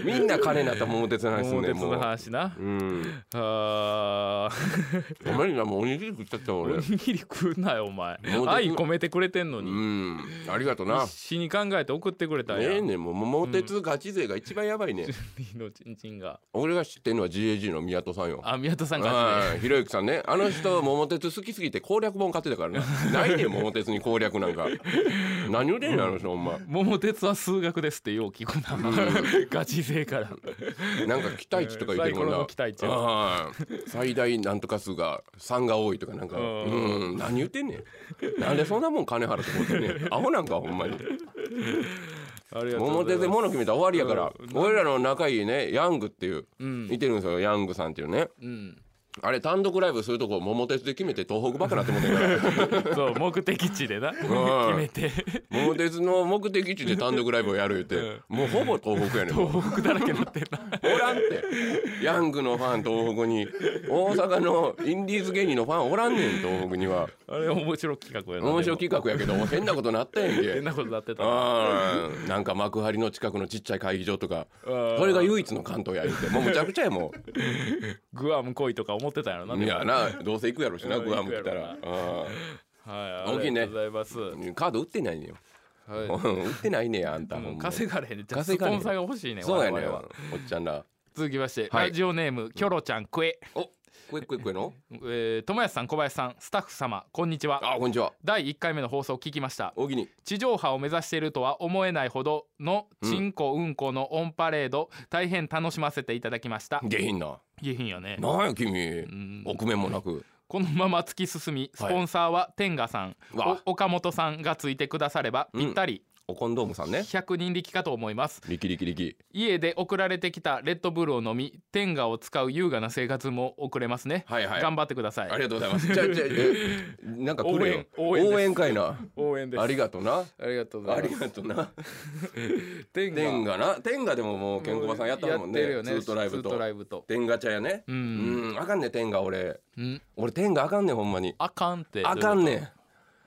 Speaker 2: みんな金になったら桃鉄の話すん
Speaker 4: 桃
Speaker 2: ねん
Speaker 4: 鉄
Speaker 2: もう
Speaker 4: の話な
Speaker 2: うん
Speaker 4: あー
Speaker 2: ごめんなもうおにぎり食っちゃったわ
Speaker 4: お
Speaker 2: 俺
Speaker 4: にぎり食うなよお前
Speaker 2: 桃鉄
Speaker 4: 愛込めてくれてんの
Speaker 2: う
Speaker 4: に
Speaker 2: んありがとな
Speaker 4: 死に考えて送ってくれたんや
Speaker 2: ええねんもう桃鉄ガチ勢が一番やばいねん
Speaker 4: のちんちんが
Speaker 2: 俺が知ってるのは GAG の宮戸さんよ
Speaker 4: あ宮田さんが
Speaker 2: はい、ひろゆきさんね、あの人桃鉄好きすぎて攻略本買ってたからね。 ないねん桃鉄に攻略なんか。何売れんのあの人ほんま。
Speaker 4: 桃鉄は数学ですってよう聞くな、 ガチ勢から
Speaker 2: なんか期待値とか言ってるもん
Speaker 4: サイコロ
Speaker 2: な
Speaker 4: の期待。値
Speaker 2: はい最大なんとか数が3が多いとかなんか。
Speaker 4: うん
Speaker 2: うん、何言ってんねん。なんでそんなもん金払ってこうてんねん。アホなんかほんまに。
Speaker 4: ありがとうご
Speaker 2: 桃
Speaker 4: ざ
Speaker 2: 鉄
Speaker 4: いま
Speaker 2: です物決めたら終わりやから
Speaker 4: う。ん
Speaker 2: 俺らの仲いいね、ヤングっていう、
Speaker 4: うん
Speaker 2: いてるんですよ、ヤングさんっていうね。
Speaker 4: うん、
Speaker 2: あれ単独ライブするとこ桃鉄で決めて東北ばっかなって思ってん から。
Speaker 4: そう目的地でな決めて
Speaker 2: 桃鉄の目的地で単独ライブをやる言って、もうほぼ東北やねんもう
Speaker 4: 東北だらけになってるな
Speaker 2: おらんってヤングのファン東北に大阪のインディーズ芸人のファンおらんねん東北には
Speaker 4: あれ面白い企画やな
Speaker 2: 面白企画やけど変なことなったやん
Speaker 4: でも変
Speaker 2: け
Speaker 4: なことなってたな
Speaker 2: あーなんか幕張の近くのちっちゃい会議場とかそれが唯一の関東や言ってもうむちゃくちゃや も
Speaker 4: グアム来いとか思ってたんやろな
Speaker 2: う
Speaker 4: で
Speaker 2: い
Speaker 4: も
Speaker 2: やなどうせ行くやろしな
Speaker 4: うん
Speaker 2: グアム来た
Speaker 4: 行
Speaker 2: ら
Speaker 4: く
Speaker 2: あ
Speaker 4: はい
Speaker 2: 大きいね
Speaker 4: ありがとうございます、
Speaker 2: ーカード売ってないねんよ
Speaker 4: は
Speaker 2: 売ってないねんあんた
Speaker 4: い、
Speaker 2: ほ
Speaker 4: も
Speaker 2: ん
Speaker 4: う
Speaker 2: ま
Speaker 4: 稼がれへんねじゃあス
Speaker 2: 稼が
Speaker 4: ポ
Speaker 2: れへん
Speaker 4: ンサーが欲しいね
Speaker 2: そうやね
Speaker 4: 我
Speaker 2: ん
Speaker 4: 々
Speaker 2: お
Speaker 4: は
Speaker 2: っちゃんら
Speaker 4: 続きまして、
Speaker 2: はい
Speaker 4: ラジオネームキョロちゃんクエ、
Speaker 2: おこいこいこいの
Speaker 4: えー、友安さん小林さんスタッフ様こんにちは
Speaker 2: あこんにちは
Speaker 4: 第1回目の放送を聞きました
Speaker 2: 大喜利
Speaker 4: 地上波を目指しているとは思えないほどのチンコうんこのオンパレード、大変楽しませていただきました
Speaker 2: 下品な。
Speaker 4: 下品よね
Speaker 2: なんや君、
Speaker 4: ん
Speaker 2: 臆面もなく。
Speaker 4: このまま突き進みス
Speaker 2: はい
Speaker 4: ポンサーは天賀さん、
Speaker 2: うわ
Speaker 4: お岡本さんがついてくだされば
Speaker 2: うん
Speaker 4: ぴったり
Speaker 2: おコンドームさんね。
Speaker 4: 100人力かと思います、
Speaker 2: 力力力。
Speaker 4: 家で送られてきたレッドブルを飲み天賀を使う優雅な生活も送れますね、
Speaker 2: はいはい
Speaker 4: 頑張ってください
Speaker 2: ありがとうございます。じゃあじゃあえなんか来れよ。
Speaker 4: 応援応援です
Speaker 2: 会な。
Speaker 4: 応援です
Speaker 2: ありがとな。
Speaker 4: ありがとうござ
Speaker 2: あ
Speaker 4: いま
Speaker 2: り
Speaker 4: す
Speaker 2: がとな。
Speaker 4: 天
Speaker 2: 天下な。天下でももうケンコバさんやったもんね。
Speaker 4: やってるよね
Speaker 2: ツートライブ
Speaker 4: ツー
Speaker 2: と
Speaker 4: ト。ライブと
Speaker 2: 天下茶屋ね。
Speaker 4: うん
Speaker 2: うん。あかんね天下俺。
Speaker 4: うん
Speaker 2: 俺天下あかんねほんまに。
Speaker 4: あかんって
Speaker 2: あかん
Speaker 4: ね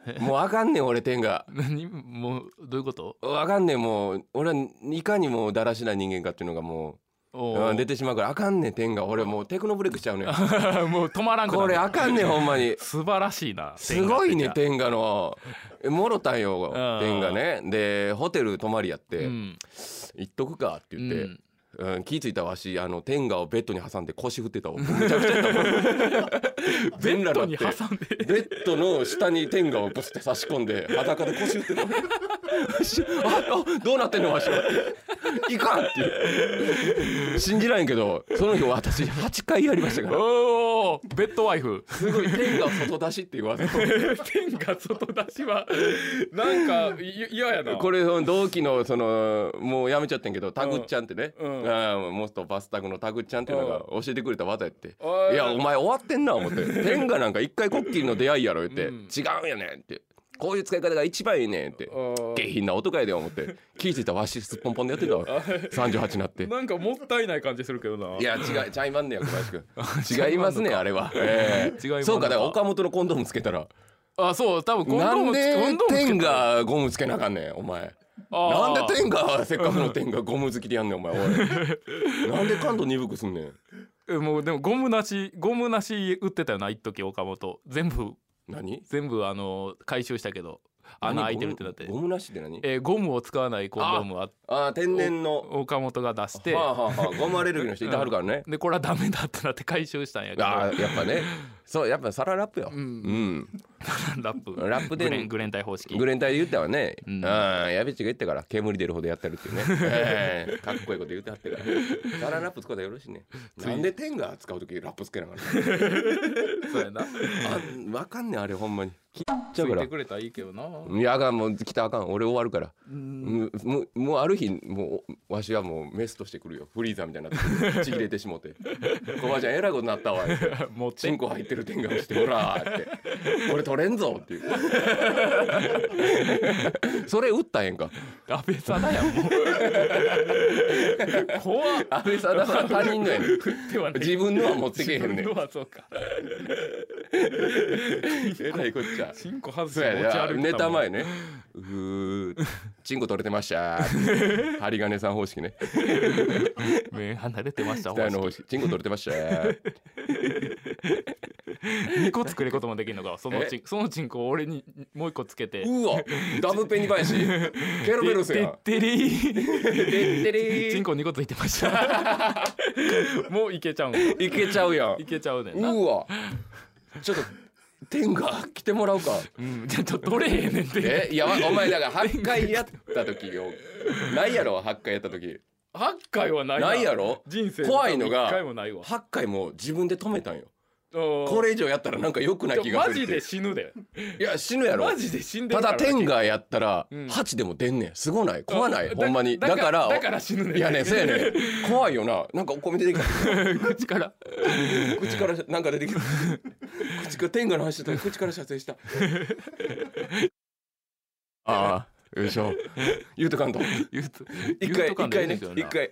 Speaker 2: ねん。もうあかんねん俺天下。
Speaker 4: 何もうどういうこと
Speaker 2: あかんねんもう俺はいかにもだらしない人間かっていうのがもう
Speaker 4: お
Speaker 2: う
Speaker 4: ー
Speaker 2: ん出てしまうからあかんねん天下俺もうテクノブレイクしちゃう のよ。
Speaker 4: もう止まらんくなる
Speaker 2: これあかんねんほんまに
Speaker 4: 素晴らしいな
Speaker 2: すごいね
Speaker 4: 天
Speaker 2: 天下のえもろたんよ
Speaker 4: ん
Speaker 2: 天下ねでホテル泊まりやって
Speaker 4: うん
Speaker 2: 「行っとくか」って言って
Speaker 4: う。ん
Speaker 2: うん、気ぃ付いたわしあの天下をベッドに挟んで腰振ってたわめちゃくちゃやったわ 全
Speaker 4: ベッ
Speaker 2: 裸
Speaker 4: ド
Speaker 2: に
Speaker 4: に
Speaker 2: な
Speaker 4: 挟
Speaker 2: って
Speaker 4: んで
Speaker 2: ベッドの下に天下をブスって差し込んで裸で腰打ってた わしああどうなってんのわしはい かんっていう信じないけどその日私8回やりましたから
Speaker 4: おおベッドワイフ
Speaker 2: すごい天下を外出しっていう技
Speaker 4: 天が外出しはなんかい嫌やな
Speaker 2: これ同期のそのもうやめちゃってんけどタグっちゃんってね、
Speaker 4: うん
Speaker 2: あー元バスタグのタグっちゃんっていうのが教えてくれた技やって「
Speaker 4: おい
Speaker 2: いやお前終わってんな」思 って「天下なんか一回こっきりの出会いやろ」言って「
Speaker 4: うん
Speaker 2: 違うんやねん」って「こういう使い方が一番いいねん」って
Speaker 4: お
Speaker 2: 「
Speaker 4: ー
Speaker 2: 下品な男やで」思って聞いてたわしすっぽんぽんでやってたわ38になって。
Speaker 4: なんかもったいない感じするけどない
Speaker 2: や違いちゃいまんねや小林君違いますねあれは、ええ
Speaker 4: 違いまんのか
Speaker 2: そうかだから岡本のコンドームつけたら
Speaker 4: あそう多分コンド
Speaker 2: な
Speaker 4: ー
Speaker 2: ん
Speaker 4: ム
Speaker 2: で
Speaker 4: コンドームつけ
Speaker 2: 天
Speaker 4: た
Speaker 2: がゴムつけなあかんねんお前なんで
Speaker 4: で
Speaker 2: 天下せっかくの天下ゴム好きでやんねんお前おいなんで感度鈍くすんねん
Speaker 4: もうでもゴムなしゴムなし売ってたよな一時岡本全部
Speaker 2: 何
Speaker 4: 全部あの回収したけど穴開いてるってなって
Speaker 2: ゴムゴムなしって何
Speaker 4: えーゴムを使わないコンドームは
Speaker 2: あー天然の
Speaker 4: 岡本が出して
Speaker 2: はあはあはあゴムアレルギーの人いてはるからね、
Speaker 4: でこれはダメだってな って回収したんやけど
Speaker 2: あーやっぱねそうやっぱサララップよう、
Speaker 4: うんラップ
Speaker 2: ラップで
Speaker 4: グレングレン体方式
Speaker 2: グレン隊で言ったわね、う
Speaker 4: うん
Speaker 2: ん、やべっちが言ったから煙出るほどやってるっていうね、ええかっこいいこと言ってはってからサララップ使うたらよろしいねなんで天が使う時ラップつけながら
Speaker 4: そうやな
Speaker 2: あんわかんねんあれほんまに切っ
Speaker 4: つ
Speaker 2: ちゃうか
Speaker 4: い
Speaker 2: ら
Speaker 4: てくれたらいいけどない
Speaker 2: やあかんもう来たらあかん俺終わるからうんもうもうある日もうわしはもうメスとしてくるよフリーザーみたいになってくるちぎれてしもて「コバちゃんえらいことになったわ」って
Speaker 4: 持
Speaker 2: 「
Speaker 4: っ
Speaker 2: チ
Speaker 4: て
Speaker 2: ンコ入ってる天眼してほら」って「俺取れんぞ」っていうそれ打ったへんか
Speaker 4: 安倍さんだやんもう怖っ
Speaker 2: 安倍さんだから他人のやねん
Speaker 4: ではない
Speaker 2: 自分のは持ってけへんね
Speaker 4: 自
Speaker 2: ん
Speaker 4: 分のはそうか
Speaker 2: えらいこっちゃ
Speaker 4: チンコ外し
Speaker 2: そう
Speaker 4: て
Speaker 2: や
Speaker 4: 持ち歩いてたもん
Speaker 2: ねネタ前ね「うーチンコ取れてました」針金さん方式ね
Speaker 4: 目離れてました
Speaker 2: 北谷の方式チンコ取れてました
Speaker 4: 2個作ることもできるのかそのチンそのチンコを俺にもう一個つけて
Speaker 2: うわダブペニバイシ ケロベロスやん
Speaker 4: てってりー
Speaker 2: でってりー
Speaker 4: チンコ2個ついてましたもういけちゃうんい
Speaker 2: いけちゃうやん
Speaker 4: けちゃうねんな
Speaker 2: うわちょっと天が来てもらうか
Speaker 4: うんじゃあちょっと取れへんねんて
Speaker 2: えいやわお前だから8回やった時よないやろ8回やった時
Speaker 4: 8回はない
Speaker 2: ないやろ
Speaker 4: 人生
Speaker 2: 怖いのが
Speaker 4: 1回もないわ
Speaker 2: 8回も自分で止めたんよこ
Speaker 4: こ
Speaker 2: れ以上やったらなんか良くない気が
Speaker 4: マ
Speaker 2: するっ
Speaker 4: ジ
Speaker 2: て
Speaker 4: で死ぬで
Speaker 2: いや死ぬやろ
Speaker 4: マジで 死んで
Speaker 2: た
Speaker 4: るから
Speaker 2: だ天
Speaker 4: が
Speaker 2: がやったら
Speaker 4: うん
Speaker 2: 8でも出んねんすごない怖ないほんまにだから
Speaker 4: だから死ぬねん
Speaker 2: いやねそうやねん 怖いよななんかお米出てきた
Speaker 4: 口から
Speaker 2: 口からなんか出てきた 口から天下の話してた口から射精 したああよいしょ言うとかんと
Speaker 4: 言うと
Speaker 2: 一
Speaker 4: 言う
Speaker 2: 回
Speaker 4: と
Speaker 2: 一
Speaker 4: かんでい
Speaker 2: 回
Speaker 4: いんで
Speaker 2: ね
Speaker 4: すよな
Speaker 2: 一回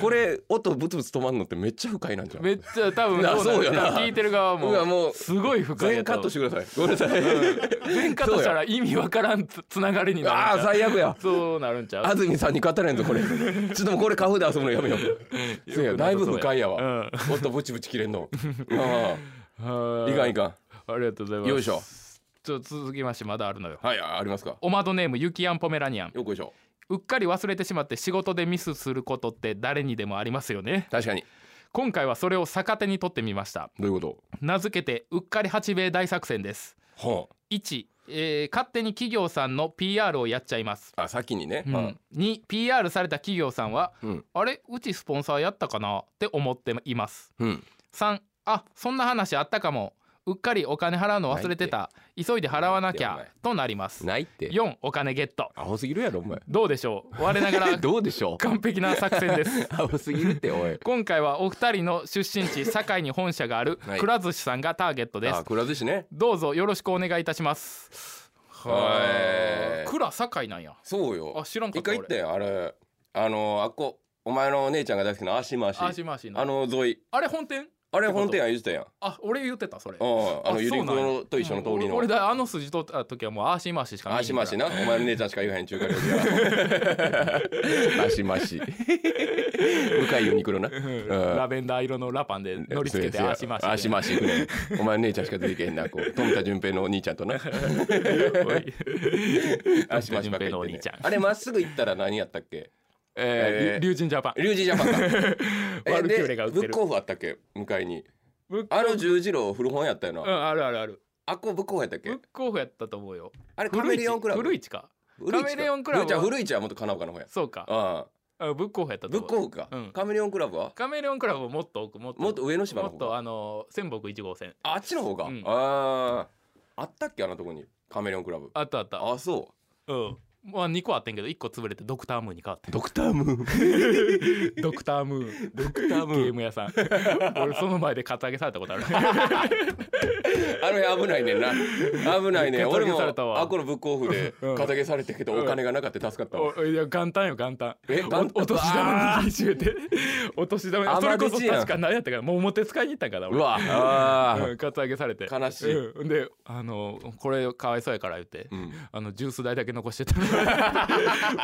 Speaker 2: これ音ブツブツ止まんのってめっちゃ不快なんじゃん
Speaker 4: めっちゃ多分
Speaker 2: な
Speaker 4: どなん
Speaker 2: そうよな
Speaker 4: 聞いてる側
Speaker 2: うわ
Speaker 4: も
Speaker 2: もう
Speaker 4: すごい深い
Speaker 2: 全カットしてくださいごめんなさい、
Speaker 4: 全カットしたら意味わからんつつながりに
Speaker 2: あ
Speaker 4: な
Speaker 2: あ
Speaker 4: るんちゃう
Speaker 2: 最悪や
Speaker 4: そうなるんちゃう
Speaker 2: 安住さんに勝たれんぞ これちょっともうこれカフで遊ぶのやめようそうやだいぶ不快やわ、
Speaker 4: うん
Speaker 2: 音ブチブチ切れん のああ
Speaker 4: はい
Speaker 2: かんいか
Speaker 4: ありがとうございま
Speaker 2: ん
Speaker 4: す
Speaker 2: よいしょ
Speaker 4: ちょっと続きましてまだあるのよ
Speaker 2: はいあありますか
Speaker 4: おまどネームゆきやんポメラニアン
Speaker 2: よっこいしょ
Speaker 4: うっかり忘れてしまって仕事でミスすることって誰にでもありますよね
Speaker 2: 確かに
Speaker 4: 今回はそれを逆手に取ってみました
Speaker 2: どういうこ
Speaker 4: 名付けてうっかり八兵衛大作戦です
Speaker 2: とは
Speaker 4: 1、えー勝手に企業さんの PR をやっちゃいます、
Speaker 2: ああ先にね、
Speaker 4: う
Speaker 2: はい
Speaker 4: ん、2 PR された企業さんは、
Speaker 2: うん
Speaker 4: あれうちスポンサーやったかなって思っています
Speaker 2: うん
Speaker 4: 3あそんな話あったかもうっかりお金払うの忘れてた急いで払わなき
Speaker 2: ないっ
Speaker 4: ゃ
Speaker 2: て
Speaker 4: となります
Speaker 2: ないって
Speaker 4: 4お金ゲット
Speaker 2: アホすぎるやろお前
Speaker 4: どうでしょう我ながら
Speaker 2: どうでしょう
Speaker 4: 完璧な作戦です
Speaker 2: アホすぎるっておい
Speaker 4: 今回はお二人の出身地堺に本社がある
Speaker 2: はい
Speaker 4: くら寿司さんがターゲットです
Speaker 2: あくら寿司ね
Speaker 4: どうぞよろしくお願いいたします
Speaker 2: はい
Speaker 4: くら堺なんや
Speaker 2: そうよ
Speaker 4: あ知らんか
Speaker 2: 一
Speaker 4: った
Speaker 2: 回行った
Speaker 4: 俺
Speaker 2: よあれあのあっこお前のお姉ちゃんが大好きな足回し
Speaker 4: あしましの
Speaker 2: あの沿い
Speaker 4: あれ本店
Speaker 2: あれ本店や言ってたやん
Speaker 4: あ俺言ってたそれ
Speaker 2: うんあのゆり
Speaker 4: そう
Speaker 2: 子
Speaker 4: なんや
Speaker 2: のと一緒の通り
Speaker 4: うん
Speaker 2: の
Speaker 4: 俺俺だあの筋取った時はもうあしまししか見えへん
Speaker 2: 足回しなお前の姉ちゃんしか言わへん中華料 理や足回 し向井ユニクロなうん
Speaker 4: ラベンダー色のラパンで乗り付けて
Speaker 2: そうや
Speaker 4: あ
Speaker 2: そ
Speaker 4: し
Speaker 2: うや
Speaker 4: ましで
Speaker 2: 足回し行くねお前の姉ちゃんしか出てけへんなこう富田純平のお兄ちゃんと な
Speaker 4: おい
Speaker 2: 足回しばっかり
Speaker 4: の
Speaker 2: 行
Speaker 4: お
Speaker 2: って
Speaker 4: 兄
Speaker 2: ね
Speaker 4: ちゃん
Speaker 2: あれまっすぐ行ったら何やったっけ
Speaker 4: えー竜神ジャパン
Speaker 2: 龍神ジャパンか
Speaker 4: ワ
Speaker 2: え
Speaker 4: ルキューレが売
Speaker 2: で
Speaker 4: って
Speaker 2: ブ
Speaker 4: る
Speaker 2: ックオフあったっけ向かいに
Speaker 4: ブック
Speaker 2: あの十字路古本やったよな、
Speaker 4: うんあるあるある
Speaker 2: あっこブックオフやったっ
Speaker 4: ブッ
Speaker 2: け
Speaker 4: クオフやったと思うよ
Speaker 2: あれカ
Speaker 4: 古
Speaker 2: メ
Speaker 4: 市
Speaker 2: レオンクラブ
Speaker 4: 古市か
Speaker 2: 古市か
Speaker 4: カメレオンクラブは
Speaker 2: じゃあ古市はもっとかなおかの方や
Speaker 4: そうか
Speaker 2: あ
Speaker 4: あブックオフやっ
Speaker 2: あ
Speaker 4: た
Speaker 2: ブ
Speaker 4: と
Speaker 2: ックオ
Speaker 4: 思う
Speaker 2: フか、
Speaker 4: うん
Speaker 2: カメレオンクラブは
Speaker 4: カメレオンクラブはもっと奥もっと
Speaker 2: もっと上の芝
Speaker 4: も
Speaker 2: の方
Speaker 4: っと
Speaker 2: か
Speaker 4: あの仙北1号線
Speaker 2: あっちの方か、
Speaker 4: うん
Speaker 2: あああったっけあのとこにカメレオンクラブ
Speaker 4: あったあった
Speaker 2: あそう
Speaker 4: うんまあ2個あってんけど1個潰れてドクタームーンに変わって
Speaker 2: ドクタームー ン
Speaker 4: ドクタームーン
Speaker 2: ドクターム
Speaker 4: ゲ
Speaker 2: ー
Speaker 4: ー
Speaker 2: ン
Speaker 4: ム屋さん俺その前でカツアゲされたこ とある
Speaker 2: あの辺危ないねんな危ないねん
Speaker 4: 片
Speaker 2: 俺
Speaker 4: 付
Speaker 2: も
Speaker 4: けされたわ
Speaker 2: あっこのブックオフで片げされたけど、お金がなかった助かったわ、
Speaker 4: おいや元旦よ元旦
Speaker 2: え元旦
Speaker 4: おお年玉握りしめて お年玉
Speaker 2: あ
Speaker 4: それこそ
Speaker 2: 甘口やん
Speaker 4: 確か何やったかなもう表使いに行ったんかな
Speaker 2: う
Speaker 4: 俺
Speaker 2: わあー
Speaker 4: うんカツアゲされて
Speaker 2: 悲しい
Speaker 4: うんであのこれかわいそうやから言って
Speaker 2: うん
Speaker 4: あのジュース代だけ残してた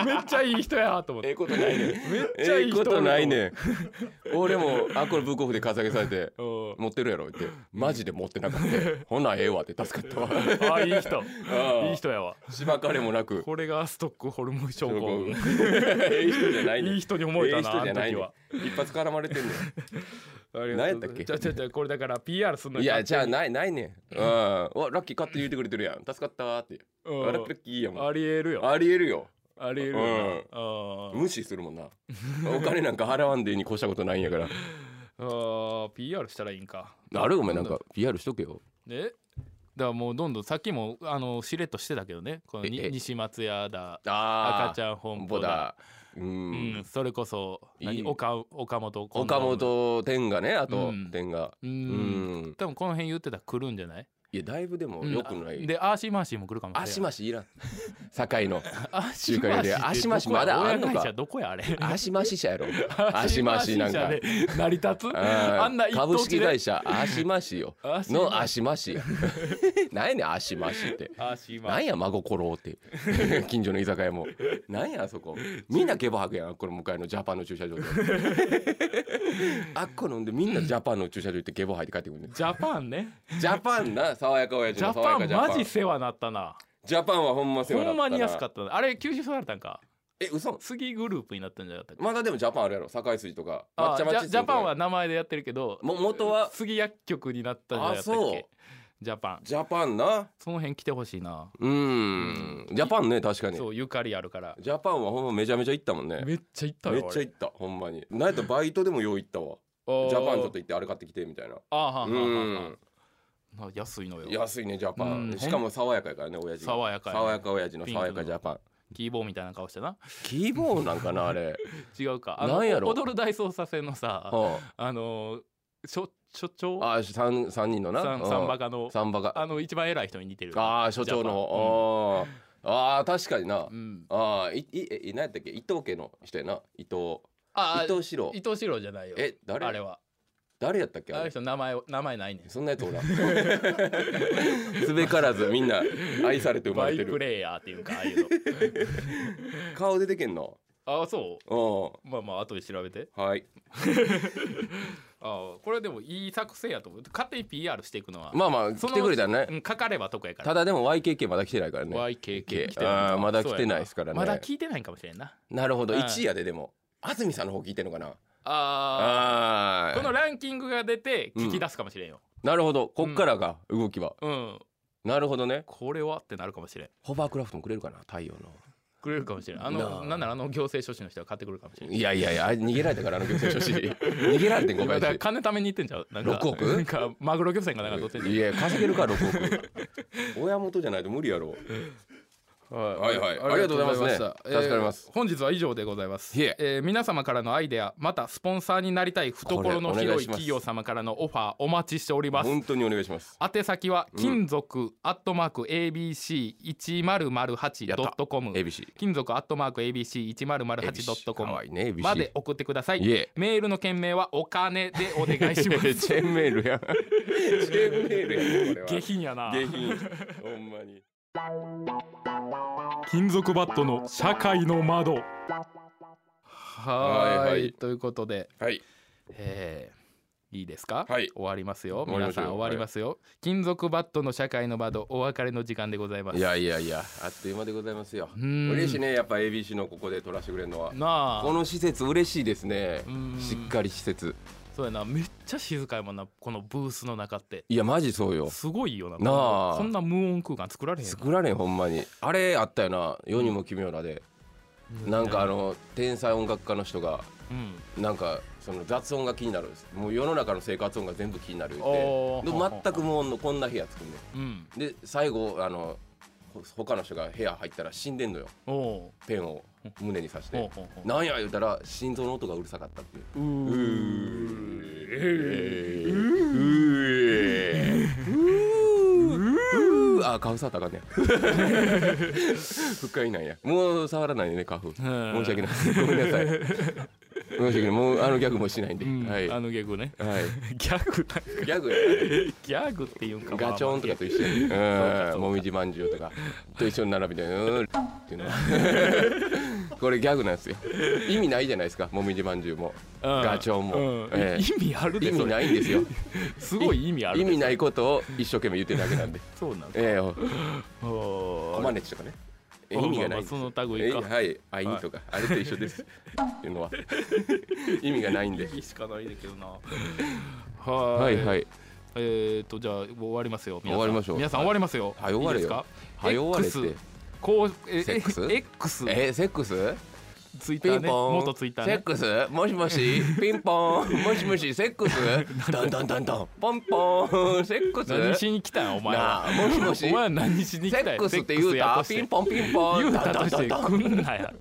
Speaker 4: めっちゃいい人やと思っ
Speaker 2: ええ
Speaker 4: て
Speaker 2: ことないねん
Speaker 4: めっ
Speaker 2: え
Speaker 4: ちゃい
Speaker 2: え
Speaker 4: い人
Speaker 2: ことないねん俺もあこれブックオフでカツアゲされて
Speaker 4: うん
Speaker 2: 持ってるやろってマジで持ってなかったほなええわって助かっ たわ
Speaker 4: あいい人
Speaker 2: ああ
Speaker 4: いい人やわ
Speaker 2: しばかれもなく
Speaker 4: これがストックホルム症
Speaker 2: 証拠
Speaker 4: 候群
Speaker 2: ええ人じゃないねん
Speaker 4: いい人に思え
Speaker 2: え
Speaker 4: たな
Speaker 2: え人じゃないねん
Speaker 4: あの
Speaker 2: 一発絡まれてんねん
Speaker 4: 何
Speaker 2: 何やったっけ
Speaker 4: じゃじゃじゃこれだから PR すんの
Speaker 2: いやじゃあ
Speaker 4: な
Speaker 2: ないないねんうんわラッキー勝手に言ってくれてるやん助かったーってあラッキーやもん
Speaker 4: ありえるよ
Speaker 2: ありえるよ
Speaker 4: ありえるよなあー
Speaker 2: 無視するもん なお金なんか払わんでいいに越したことないんやから
Speaker 4: あー PR したらいいんか
Speaker 2: あれお前なんか PR しとけよ
Speaker 4: えだからもうどんどんさっきもあのしれっとしてたけどねこのに
Speaker 2: ええ
Speaker 4: 西松屋だ
Speaker 2: あ
Speaker 4: 赤ち
Speaker 2: ゃん
Speaker 4: ゃん本舗
Speaker 2: ボ
Speaker 4: だ
Speaker 2: ダーう
Speaker 4: うんん、それこそ
Speaker 2: いい
Speaker 4: 何岡岡本近藤
Speaker 2: 岡本天がねあと
Speaker 4: うん
Speaker 2: 天がう
Speaker 4: う
Speaker 2: んん
Speaker 4: 多分この辺言ってたら来るんじゃない
Speaker 2: いやだいぶでも良くな
Speaker 4: うん
Speaker 2: い
Speaker 4: でアーシーマーシーも来るかもしれない
Speaker 2: 足ましいら ん堺の
Speaker 4: アーシーマーシーって
Speaker 2: アーシーマーシーまだあんのか
Speaker 4: 親会社どこやあれ
Speaker 2: 足まし 社やろ足ましなん
Speaker 4: ア
Speaker 2: か
Speaker 4: ーシーマーシー社で成り立つあ
Speaker 2: あ
Speaker 4: んな一
Speaker 2: 株
Speaker 4: 等地
Speaker 2: 式
Speaker 4: で
Speaker 2: 会社足ましよ
Speaker 4: アーシーマーシー
Speaker 2: の足ましや 何やねん足ましって
Speaker 4: アーシーマー
Speaker 2: な
Speaker 4: シ
Speaker 2: んや孫コロって 近所の居酒屋もなんやあそこみんなゲバ吐くやんこれ向かいのジャパンの駐車 場であっこ飲んでみんなジャパンの駐車場行ってゲバ吐いて帰ってくるね
Speaker 4: ージャパンね
Speaker 2: ジャパンな爽やか親父
Speaker 4: ジ
Speaker 2: の
Speaker 4: ャ
Speaker 2: 爽や
Speaker 4: パ
Speaker 2: か
Speaker 4: ン
Speaker 2: ジャパン
Speaker 4: マジ世話なったな
Speaker 2: ジャパンはほんま世話にな
Speaker 4: ほんまに安か
Speaker 2: ったな
Speaker 4: ったなあれ吸収されたんか
Speaker 2: え嘘
Speaker 4: 杉グループになったんじゃなかったっけ
Speaker 2: まだでもジャパンあるやろ堺筋とか
Speaker 4: あ
Speaker 2: 抹茶町筋
Speaker 4: ジャジャパンは名前でやってるけど
Speaker 2: も元は
Speaker 4: 杉薬局になったんじゃなかったっ
Speaker 2: あそう
Speaker 4: けジャパン
Speaker 2: ジャパンな
Speaker 4: その辺来てほしいな
Speaker 2: うんジャパンね確かに
Speaker 4: そうゆかりあるから
Speaker 2: ジャパンはほんまめちゃめちゃ行ったもんね
Speaker 4: めっちゃ行ったよ
Speaker 2: めっちゃ行ったほんまになんやったらバイトでもよう行ったわ
Speaker 4: 俺
Speaker 2: ジャパンちょっと
Speaker 4: あー
Speaker 2: 行ってあれ買ってきてみたいな
Speaker 4: あーは
Speaker 2: う
Speaker 4: ーはーはーは
Speaker 2: ん
Speaker 4: ーな安いのよ
Speaker 2: 安いねジャパ
Speaker 4: う
Speaker 2: ン
Speaker 4: ん
Speaker 2: しかも爽やかやからね親父が
Speaker 4: 爽やかやね
Speaker 2: 爽やか親父の爽やかジャパン
Speaker 4: キーボーみたいな顔してな
Speaker 2: キーボーなんかなあ れ
Speaker 4: 違うかあの
Speaker 2: なんやろ
Speaker 4: 踊る大捜査線のさ
Speaker 2: うん
Speaker 4: あのー所所長
Speaker 2: あー三三人のな
Speaker 4: さん
Speaker 2: うん
Speaker 4: さんバカの
Speaker 2: 三バカ
Speaker 4: あの一番偉い人に似てる
Speaker 2: ああ所長のあーあー確かにな
Speaker 4: ジャパンうん
Speaker 2: ああいいえ何やったっけ伊藤家の人やな伊藤
Speaker 4: あ
Speaker 2: 伊
Speaker 4: ー
Speaker 2: 藤四郎
Speaker 4: 伊藤四郎じゃないよ
Speaker 2: え誰
Speaker 4: あれは
Speaker 2: 誰やったっけ
Speaker 4: あ
Speaker 2: あ
Speaker 4: の
Speaker 2: れ
Speaker 4: 人名前名前ないねん
Speaker 2: そんなやつおらん すべからずみんな愛されて生ま
Speaker 4: バ
Speaker 2: れて
Speaker 4: イプ
Speaker 2: る
Speaker 4: レイヤーっていうんかああいうの
Speaker 2: 顔出てけんの
Speaker 4: ああそう
Speaker 2: う
Speaker 4: まあまあ後で調べて
Speaker 2: んはい
Speaker 4: ああこれでもいい作戦やと思う勝手に PR していくのは、
Speaker 2: まあまあ
Speaker 4: そ
Speaker 2: 来
Speaker 4: の
Speaker 2: てくれたね
Speaker 4: うん、かかれば得やから
Speaker 2: ただでも YKK まだ来てないからね
Speaker 4: YKK 来てる
Speaker 2: あーまだ来てないですからね
Speaker 4: そうやなまだ聞いてないんかもしれんな
Speaker 2: なるほど
Speaker 4: うん
Speaker 2: 1位やででも安住さんの方聞いてんのかな
Speaker 4: あ
Speaker 2: あ
Speaker 4: あ
Speaker 2: ー
Speaker 4: このランキングが出て聞き出すかもしれんよ
Speaker 2: なるほどこっからが動きは、
Speaker 4: うん、
Speaker 2: なるほどね
Speaker 4: これはってなるかもしれん
Speaker 2: ホバークラフトもくれるかな太陽の
Speaker 4: くれるかもしれんあ
Speaker 2: な
Speaker 4: の
Speaker 2: あ
Speaker 4: なんならあの行政書士の人が買ってくるかもしれん
Speaker 2: いやいやいやあれ逃げられたからあの行政書士逃げられてん ご
Speaker 4: 今
Speaker 2: め
Speaker 4: だから
Speaker 2: ん
Speaker 4: 金貯めに行ってんじゃうなんか
Speaker 2: 六億
Speaker 4: なんかマグロ漁船かなんか取ってんじ
Speaker 2: いや稼げるか6億 親元じゃないと無理やろ
Speaker 4: ゃんはい
Speaker 2: はいはいありがとうございますね助かります
Speaker 4: 本日は以上でございます、
Speaker 2: いえ
Speaker 4: えー皆様からのアイデアまたスポンサーになりたい懐の
Speaker 2: これお願いします
Speaker 4: 広い企業様からのオファーお待ちしております
Speaker 2: 本当にお願いします
Speaker 4: 宛先は金属アットマーク ABC1008.com
Speaker 2: ABC
Speaker 4: 金属アットマーク
Speaker 2: ABC かわ
Speaker 4: ABC1008.com
Speaker 2: いいね ABC
Speaker 4: まで送ってください
Speaker 2: いえ
Speaker 4: メールの件名はお金でお願いし ます
Speaker 2: チェーンメールやんチェーンメールやんこれは
Speaker 4: 下品やな
Speaker 2: 下品ほんまに
Speaker 4: 金属バットの社会の窓はーい
Speaker 2: はいはい
Speaker 4: ということで、
Speaker 2: はい
Speaker 4: えーいいですか、
Speaker 2: はい
Speaker 4: 終わりますよ
Speaker 2: 終わり
Speaker 4: 皆
Speaker 2: ましょ
Speaker 4: さ
Speaker 2: うんよ
Speaker 4: 終わりますよ、金属バットの社会の窓お別れの時間でございます
Speaker 2: いやいやいやあっという間でございますよ
Speaker 4: ん
Speaker 2: 嬉しいねやっぱ ABC のここで撮らせてくれるのは
Speaker 4: なあ
Speaker 2: この施設嬉しいですね
Speaker 4: うん
Speaker 2: しっかり施設
Speaker 4: そうやなめっちゃ静かやもんなこのブースの中って
Speaker 2: いやマジそうよ
Speaker 4: すごいよな
Speaker 2: なあ
Speaker 4: こんな無音空間作られへんよ
Speaker 2: 作られんほんまにあれあったよな世にも奇妙なで、なんかあの天才音楽家の人が
Speaker 4: うん
Speaker 2: なんかその雑音が気になるんですもう世の中の生活音が全部気になる言う
Speaker 4: お
Speaker 2: て
Speaker 4: ー
Speaker 2: で全く無音のこんな部屋作んね
Speaker 4: うん
Speaker 2: んで最後あのほ他の人が部屋入ったら死んでんのよ
Speaker 4: おお
Speaker 2: ペンを胸に刺し
Speaker 4: うほ
Speaker 2: て
Speaker 4: うほ
Speaker 2: 「
Speaker 4: う
Speaker 2: なんや」言うたら心臓の音がうるさかったっていう。うーうーうーあ、カフ触ったらあかんねや。不快なんや。もう触らないでね、カフ。
Speaker 4: ん
Speaker 2: 申し訳ない。ごめんなさい。申し訳ないもうあのギャグもしないんで、
Speaker 4: うん
Speaker 2: はい
Speaker 4: あ
Speaker 2: は
Speaker 4: のギャグね
Speaker 2: い
Speaker 4: ギャグなんか
Speaker 2: ギャグや
Speaker 4: ギャグっていうんか
Speaker 2: ガチョーンとかと一緒に、うん、もみじまんじゅうとかと一緒に並べて、うん、っていうのはこれギャグなんですよ意味ないじゃないですかもみじまんじゅうもガチョーンも
Speaker 4: うん
Speaker 2: ええ
Speaker 4: 意味あるで
Speaker 2: 意味ないいんですよ
Speaker 4: すごい意味ある
Speaker 2: 意味ないいことを一生懸命言ってるだけなんで
Speaker 4: そうなんだ
Speaker 2: ええお
Speaker 4: お
Speaker 2: コ
Speaker 4: ー
Speaker 2: マネチとかねえ意
Speaker 4: まあ
Speaker 2: 味がない
Speaker 4: まあ
Speaker 2: んです
Speaker 4: そ
Speaker 2: よ
Speaker 4: の類
Speaker 2: え
Speaker 4: か
Speaker 2: はいあいにとかあれと一緒ですっていうのは 意味がないんで
Speaker 4: 意義しかないんだけどなは
Speaker 2: はいいはい
Speaker 4: えー、っとじゃあもう終わりますよ皆さ
Speaker 2: 終
Speaker 4: ん
Speaker 2: わりましょう
Speaker 4: 皆さん終わりますよ
Speaker 2: はい終われよ
Speaker 4: いいですか
Speaker 2: はい終われ
Speaker 4: X
Speaker 2: って
Speaker 4: こうえ
Speaker 2: セックス
Speaker 4: X
Speaker 2: えーセックス
Speaker 4: ツイッタ
Speaker 2: ピ
Speaker 4: ー
Speaker 2: ン
Speaker 4: ね
Speaker 2: ポン
Speaker 4: 元ツイッター
Speaker 2: セッ
Speaker 4: ね
Speaker 2: クスもしも しピンポンもしもしセックスどんどんどんどんポンポンセックス
Speaker 4: 何しに来たんお前は
Speaker 2: なあもしもし
Speaker 4: お前は何しに
Speaker 2: セ
Speaker 4: 来たんや
Speaker 2: ックスって
Speaker 4: セ
Speaker 2: 言う
Speaker 4: や
Speaker 2: た
Speaker 4: として
Speaker 2: ピンポンピンポン
Speaker 4: 言うた
Speaker 2: ど
Speaker 4: と
Speaker 2: ん
Speaker 4: し
Speaker 2: どん
Speaker 4: て
Speaker 2: どんどん
Speaker 4: くん なや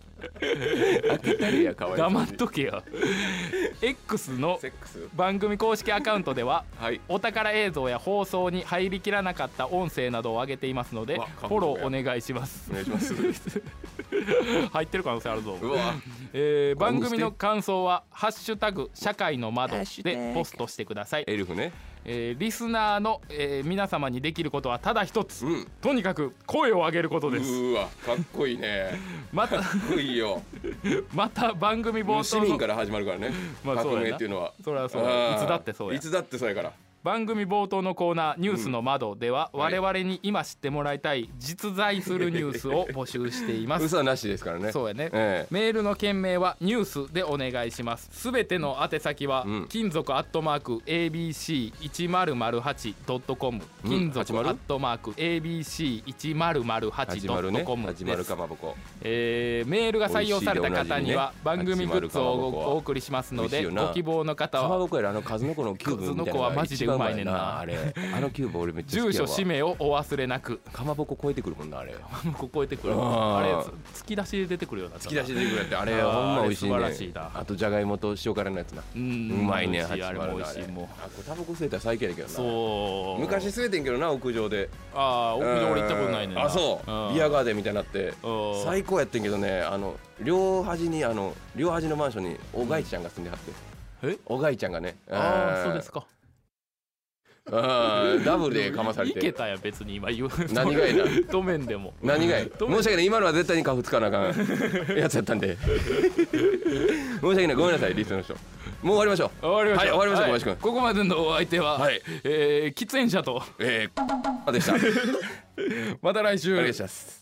Speaker 2: 誰やかわいそうに
Speaker 4: 黙っとけよ X の
Speaker 2: セックス
Speaker 4: 番組公式アカウントでは
Speaker 2: はい
Speaker 4: お宝映像や放送に入りきらなかった音声などを上げていますので
Speaker 2: わ韓
Speaker 4: フ
Speaker 2: 国
Speaker 4: ォロ
Speaker 2: 語や
Speaker 4: ーお願いします
Speaker 2: お願いします
Speaker 4: 入ってる可能性あるぞ
Speaker 2: うわ
Speaker 4: えー
Speaker 2: これ
Speaker 4: 番
Speaker 2: 見せて
Speaker 4: 組の感想は「ハッシュタグ社会の窓」でポストしてください、
Speaker 2: エルフね
Speaker 4: えーリスナーの、えー皆様にできることはただ一つ、
Speaker 2: うん
Speaker 4: とにかく声を上げること
Speaker 2: う
Speaker 4: です
Speaker 2: ーわかっこいいね
Speaker 4: ま た
Speaker 2: かっこいいよ
Speaker 4: また番組
Speaker 2: も
Speaker 4: 冒
Speaker 2: う市
Speaker 4: 頭
Speaker 2: 民
Speaker 4: の
Speaker 2: から始まるからね
Speaker 4: まあそう
Speaker 2: 革
Speaker 4: やな
Speaker 2: 命っていうのは
Speaker 4: それはそうや
Speaker 2: あー
Speaker 4: いつだってそうや
Speaker 2: いつだってそうやから
Speaker 4: 番組冒頭のコーナー「ニュースの窓」では、
Speaker 2: はい
Speaker 4: 我々に今知ってもらいたい実在するニュースを募集しています
Speaker 2: 嘘はなしですからね
Speaker 4: そうやね、
Speaker 2: ええ
Speaker 4: メールの件名は「ニュース」でお願いしますすべての宛先は、
Speaker 2: うん
Speaker 4: 金属アットマーク ABC1008.com
Speaker 2: うん
Speaker 4: 金属
Speaker 2: 80
Speaker 4: アットマーク
Speaker 2: 80ね
Speaker 4: ABC1008.com です、
Speaker 2: 80かまぼこ
Speaker 4: えーメールが採用された方には
Speaker 2: 美味しいでおなじ
Speaker 4: 番
Speaker 2: みね
Speaker 4: 組グッズを
Speaker 2: 80かまぼこ
Speaker 4: ご
Speaker 2: は
Speaker 4: お送りしますの
Speaker 2: 美味しい
Speaker 4: で
Speaker 2: よな
Speaker 4: ご希望の方
Speaker 2: かま
Speaker 4: は
Speaker 2: ぼこやらあの数の子のキューブみたいなのが一番あれあのキューブ俺めっちゃ好
Speaker 4: 住
Speaker 2: きや
Speaker 4: 所
Speaker 2: わ
Speaker 4: 氏名をお忘れなく
Speaker 2: かまぼこ超えてくるもんなあれ
Speaker 4: もうここへ出てくる
Speaker 2: あ
Speaker 4: あれ
Speaker 2: ー
Speaker 4: つ突き出しで出てくるようになった
Speaker 2: 突
Speaker 4: な
Speaker 2: き出しでくれってあれ
Speaker 4: あー
Speaker 2: ほんま美味しいね
Speaker 4: あれ素晴らしいな
Speaker 2: あとじゃがいもと塩辛のやつな
Speaker 4: う
Speaker 2: うんまいね
Speaker 4: 美味しあれも美
Speaker 2: の
Speaker 4: 味しいも
Speaker 2: あこれタバコ吸えたら最強やけど
Speaker 4: う
Speaker 2: な
Speaker 4: そう
Speaker 2: 昔吸えてんけどな屋上で
Speaker 4: ああ屋上俺行ったことないねんな
Speaker 2: あそうビアガーデンみたいになって
Speaker 4: うん
Speaker 2: 最高やってんけどねあの両端にあの両端のマンションにおがいちゃんが住んではって、
Speaker 4: え
Speaker 2: おがいちゃんがね
Speaker 4: あ
Speaker 2: ん
Speaker 4: あそうですか
Speaker 2: うんダブルでかまされ
Speaker 4: いけ
Speaker 2: て
Speaker 4: たやん別に今言う
Speaker 2: 何がい な
Speaker 4: ドメンでも
Speaker 2: 何がい申し訳ない今のは絶対にカフつかなあかんやつやったんで申し訳ないごめんなさいリスナーの人もう終わりましょう
Speaker 4: 終わりまし
Speaker 2: はい
Speaker 4: た
Speaker 2: 終わりました小林君
Speaker 4: ここまでのお相手は、
Speaker 2: はい
Speaker 4: えー喫煙者と
Speaker 2: えー、でしたありがとう
Speaker 4: また来週
Speaker 2: ございます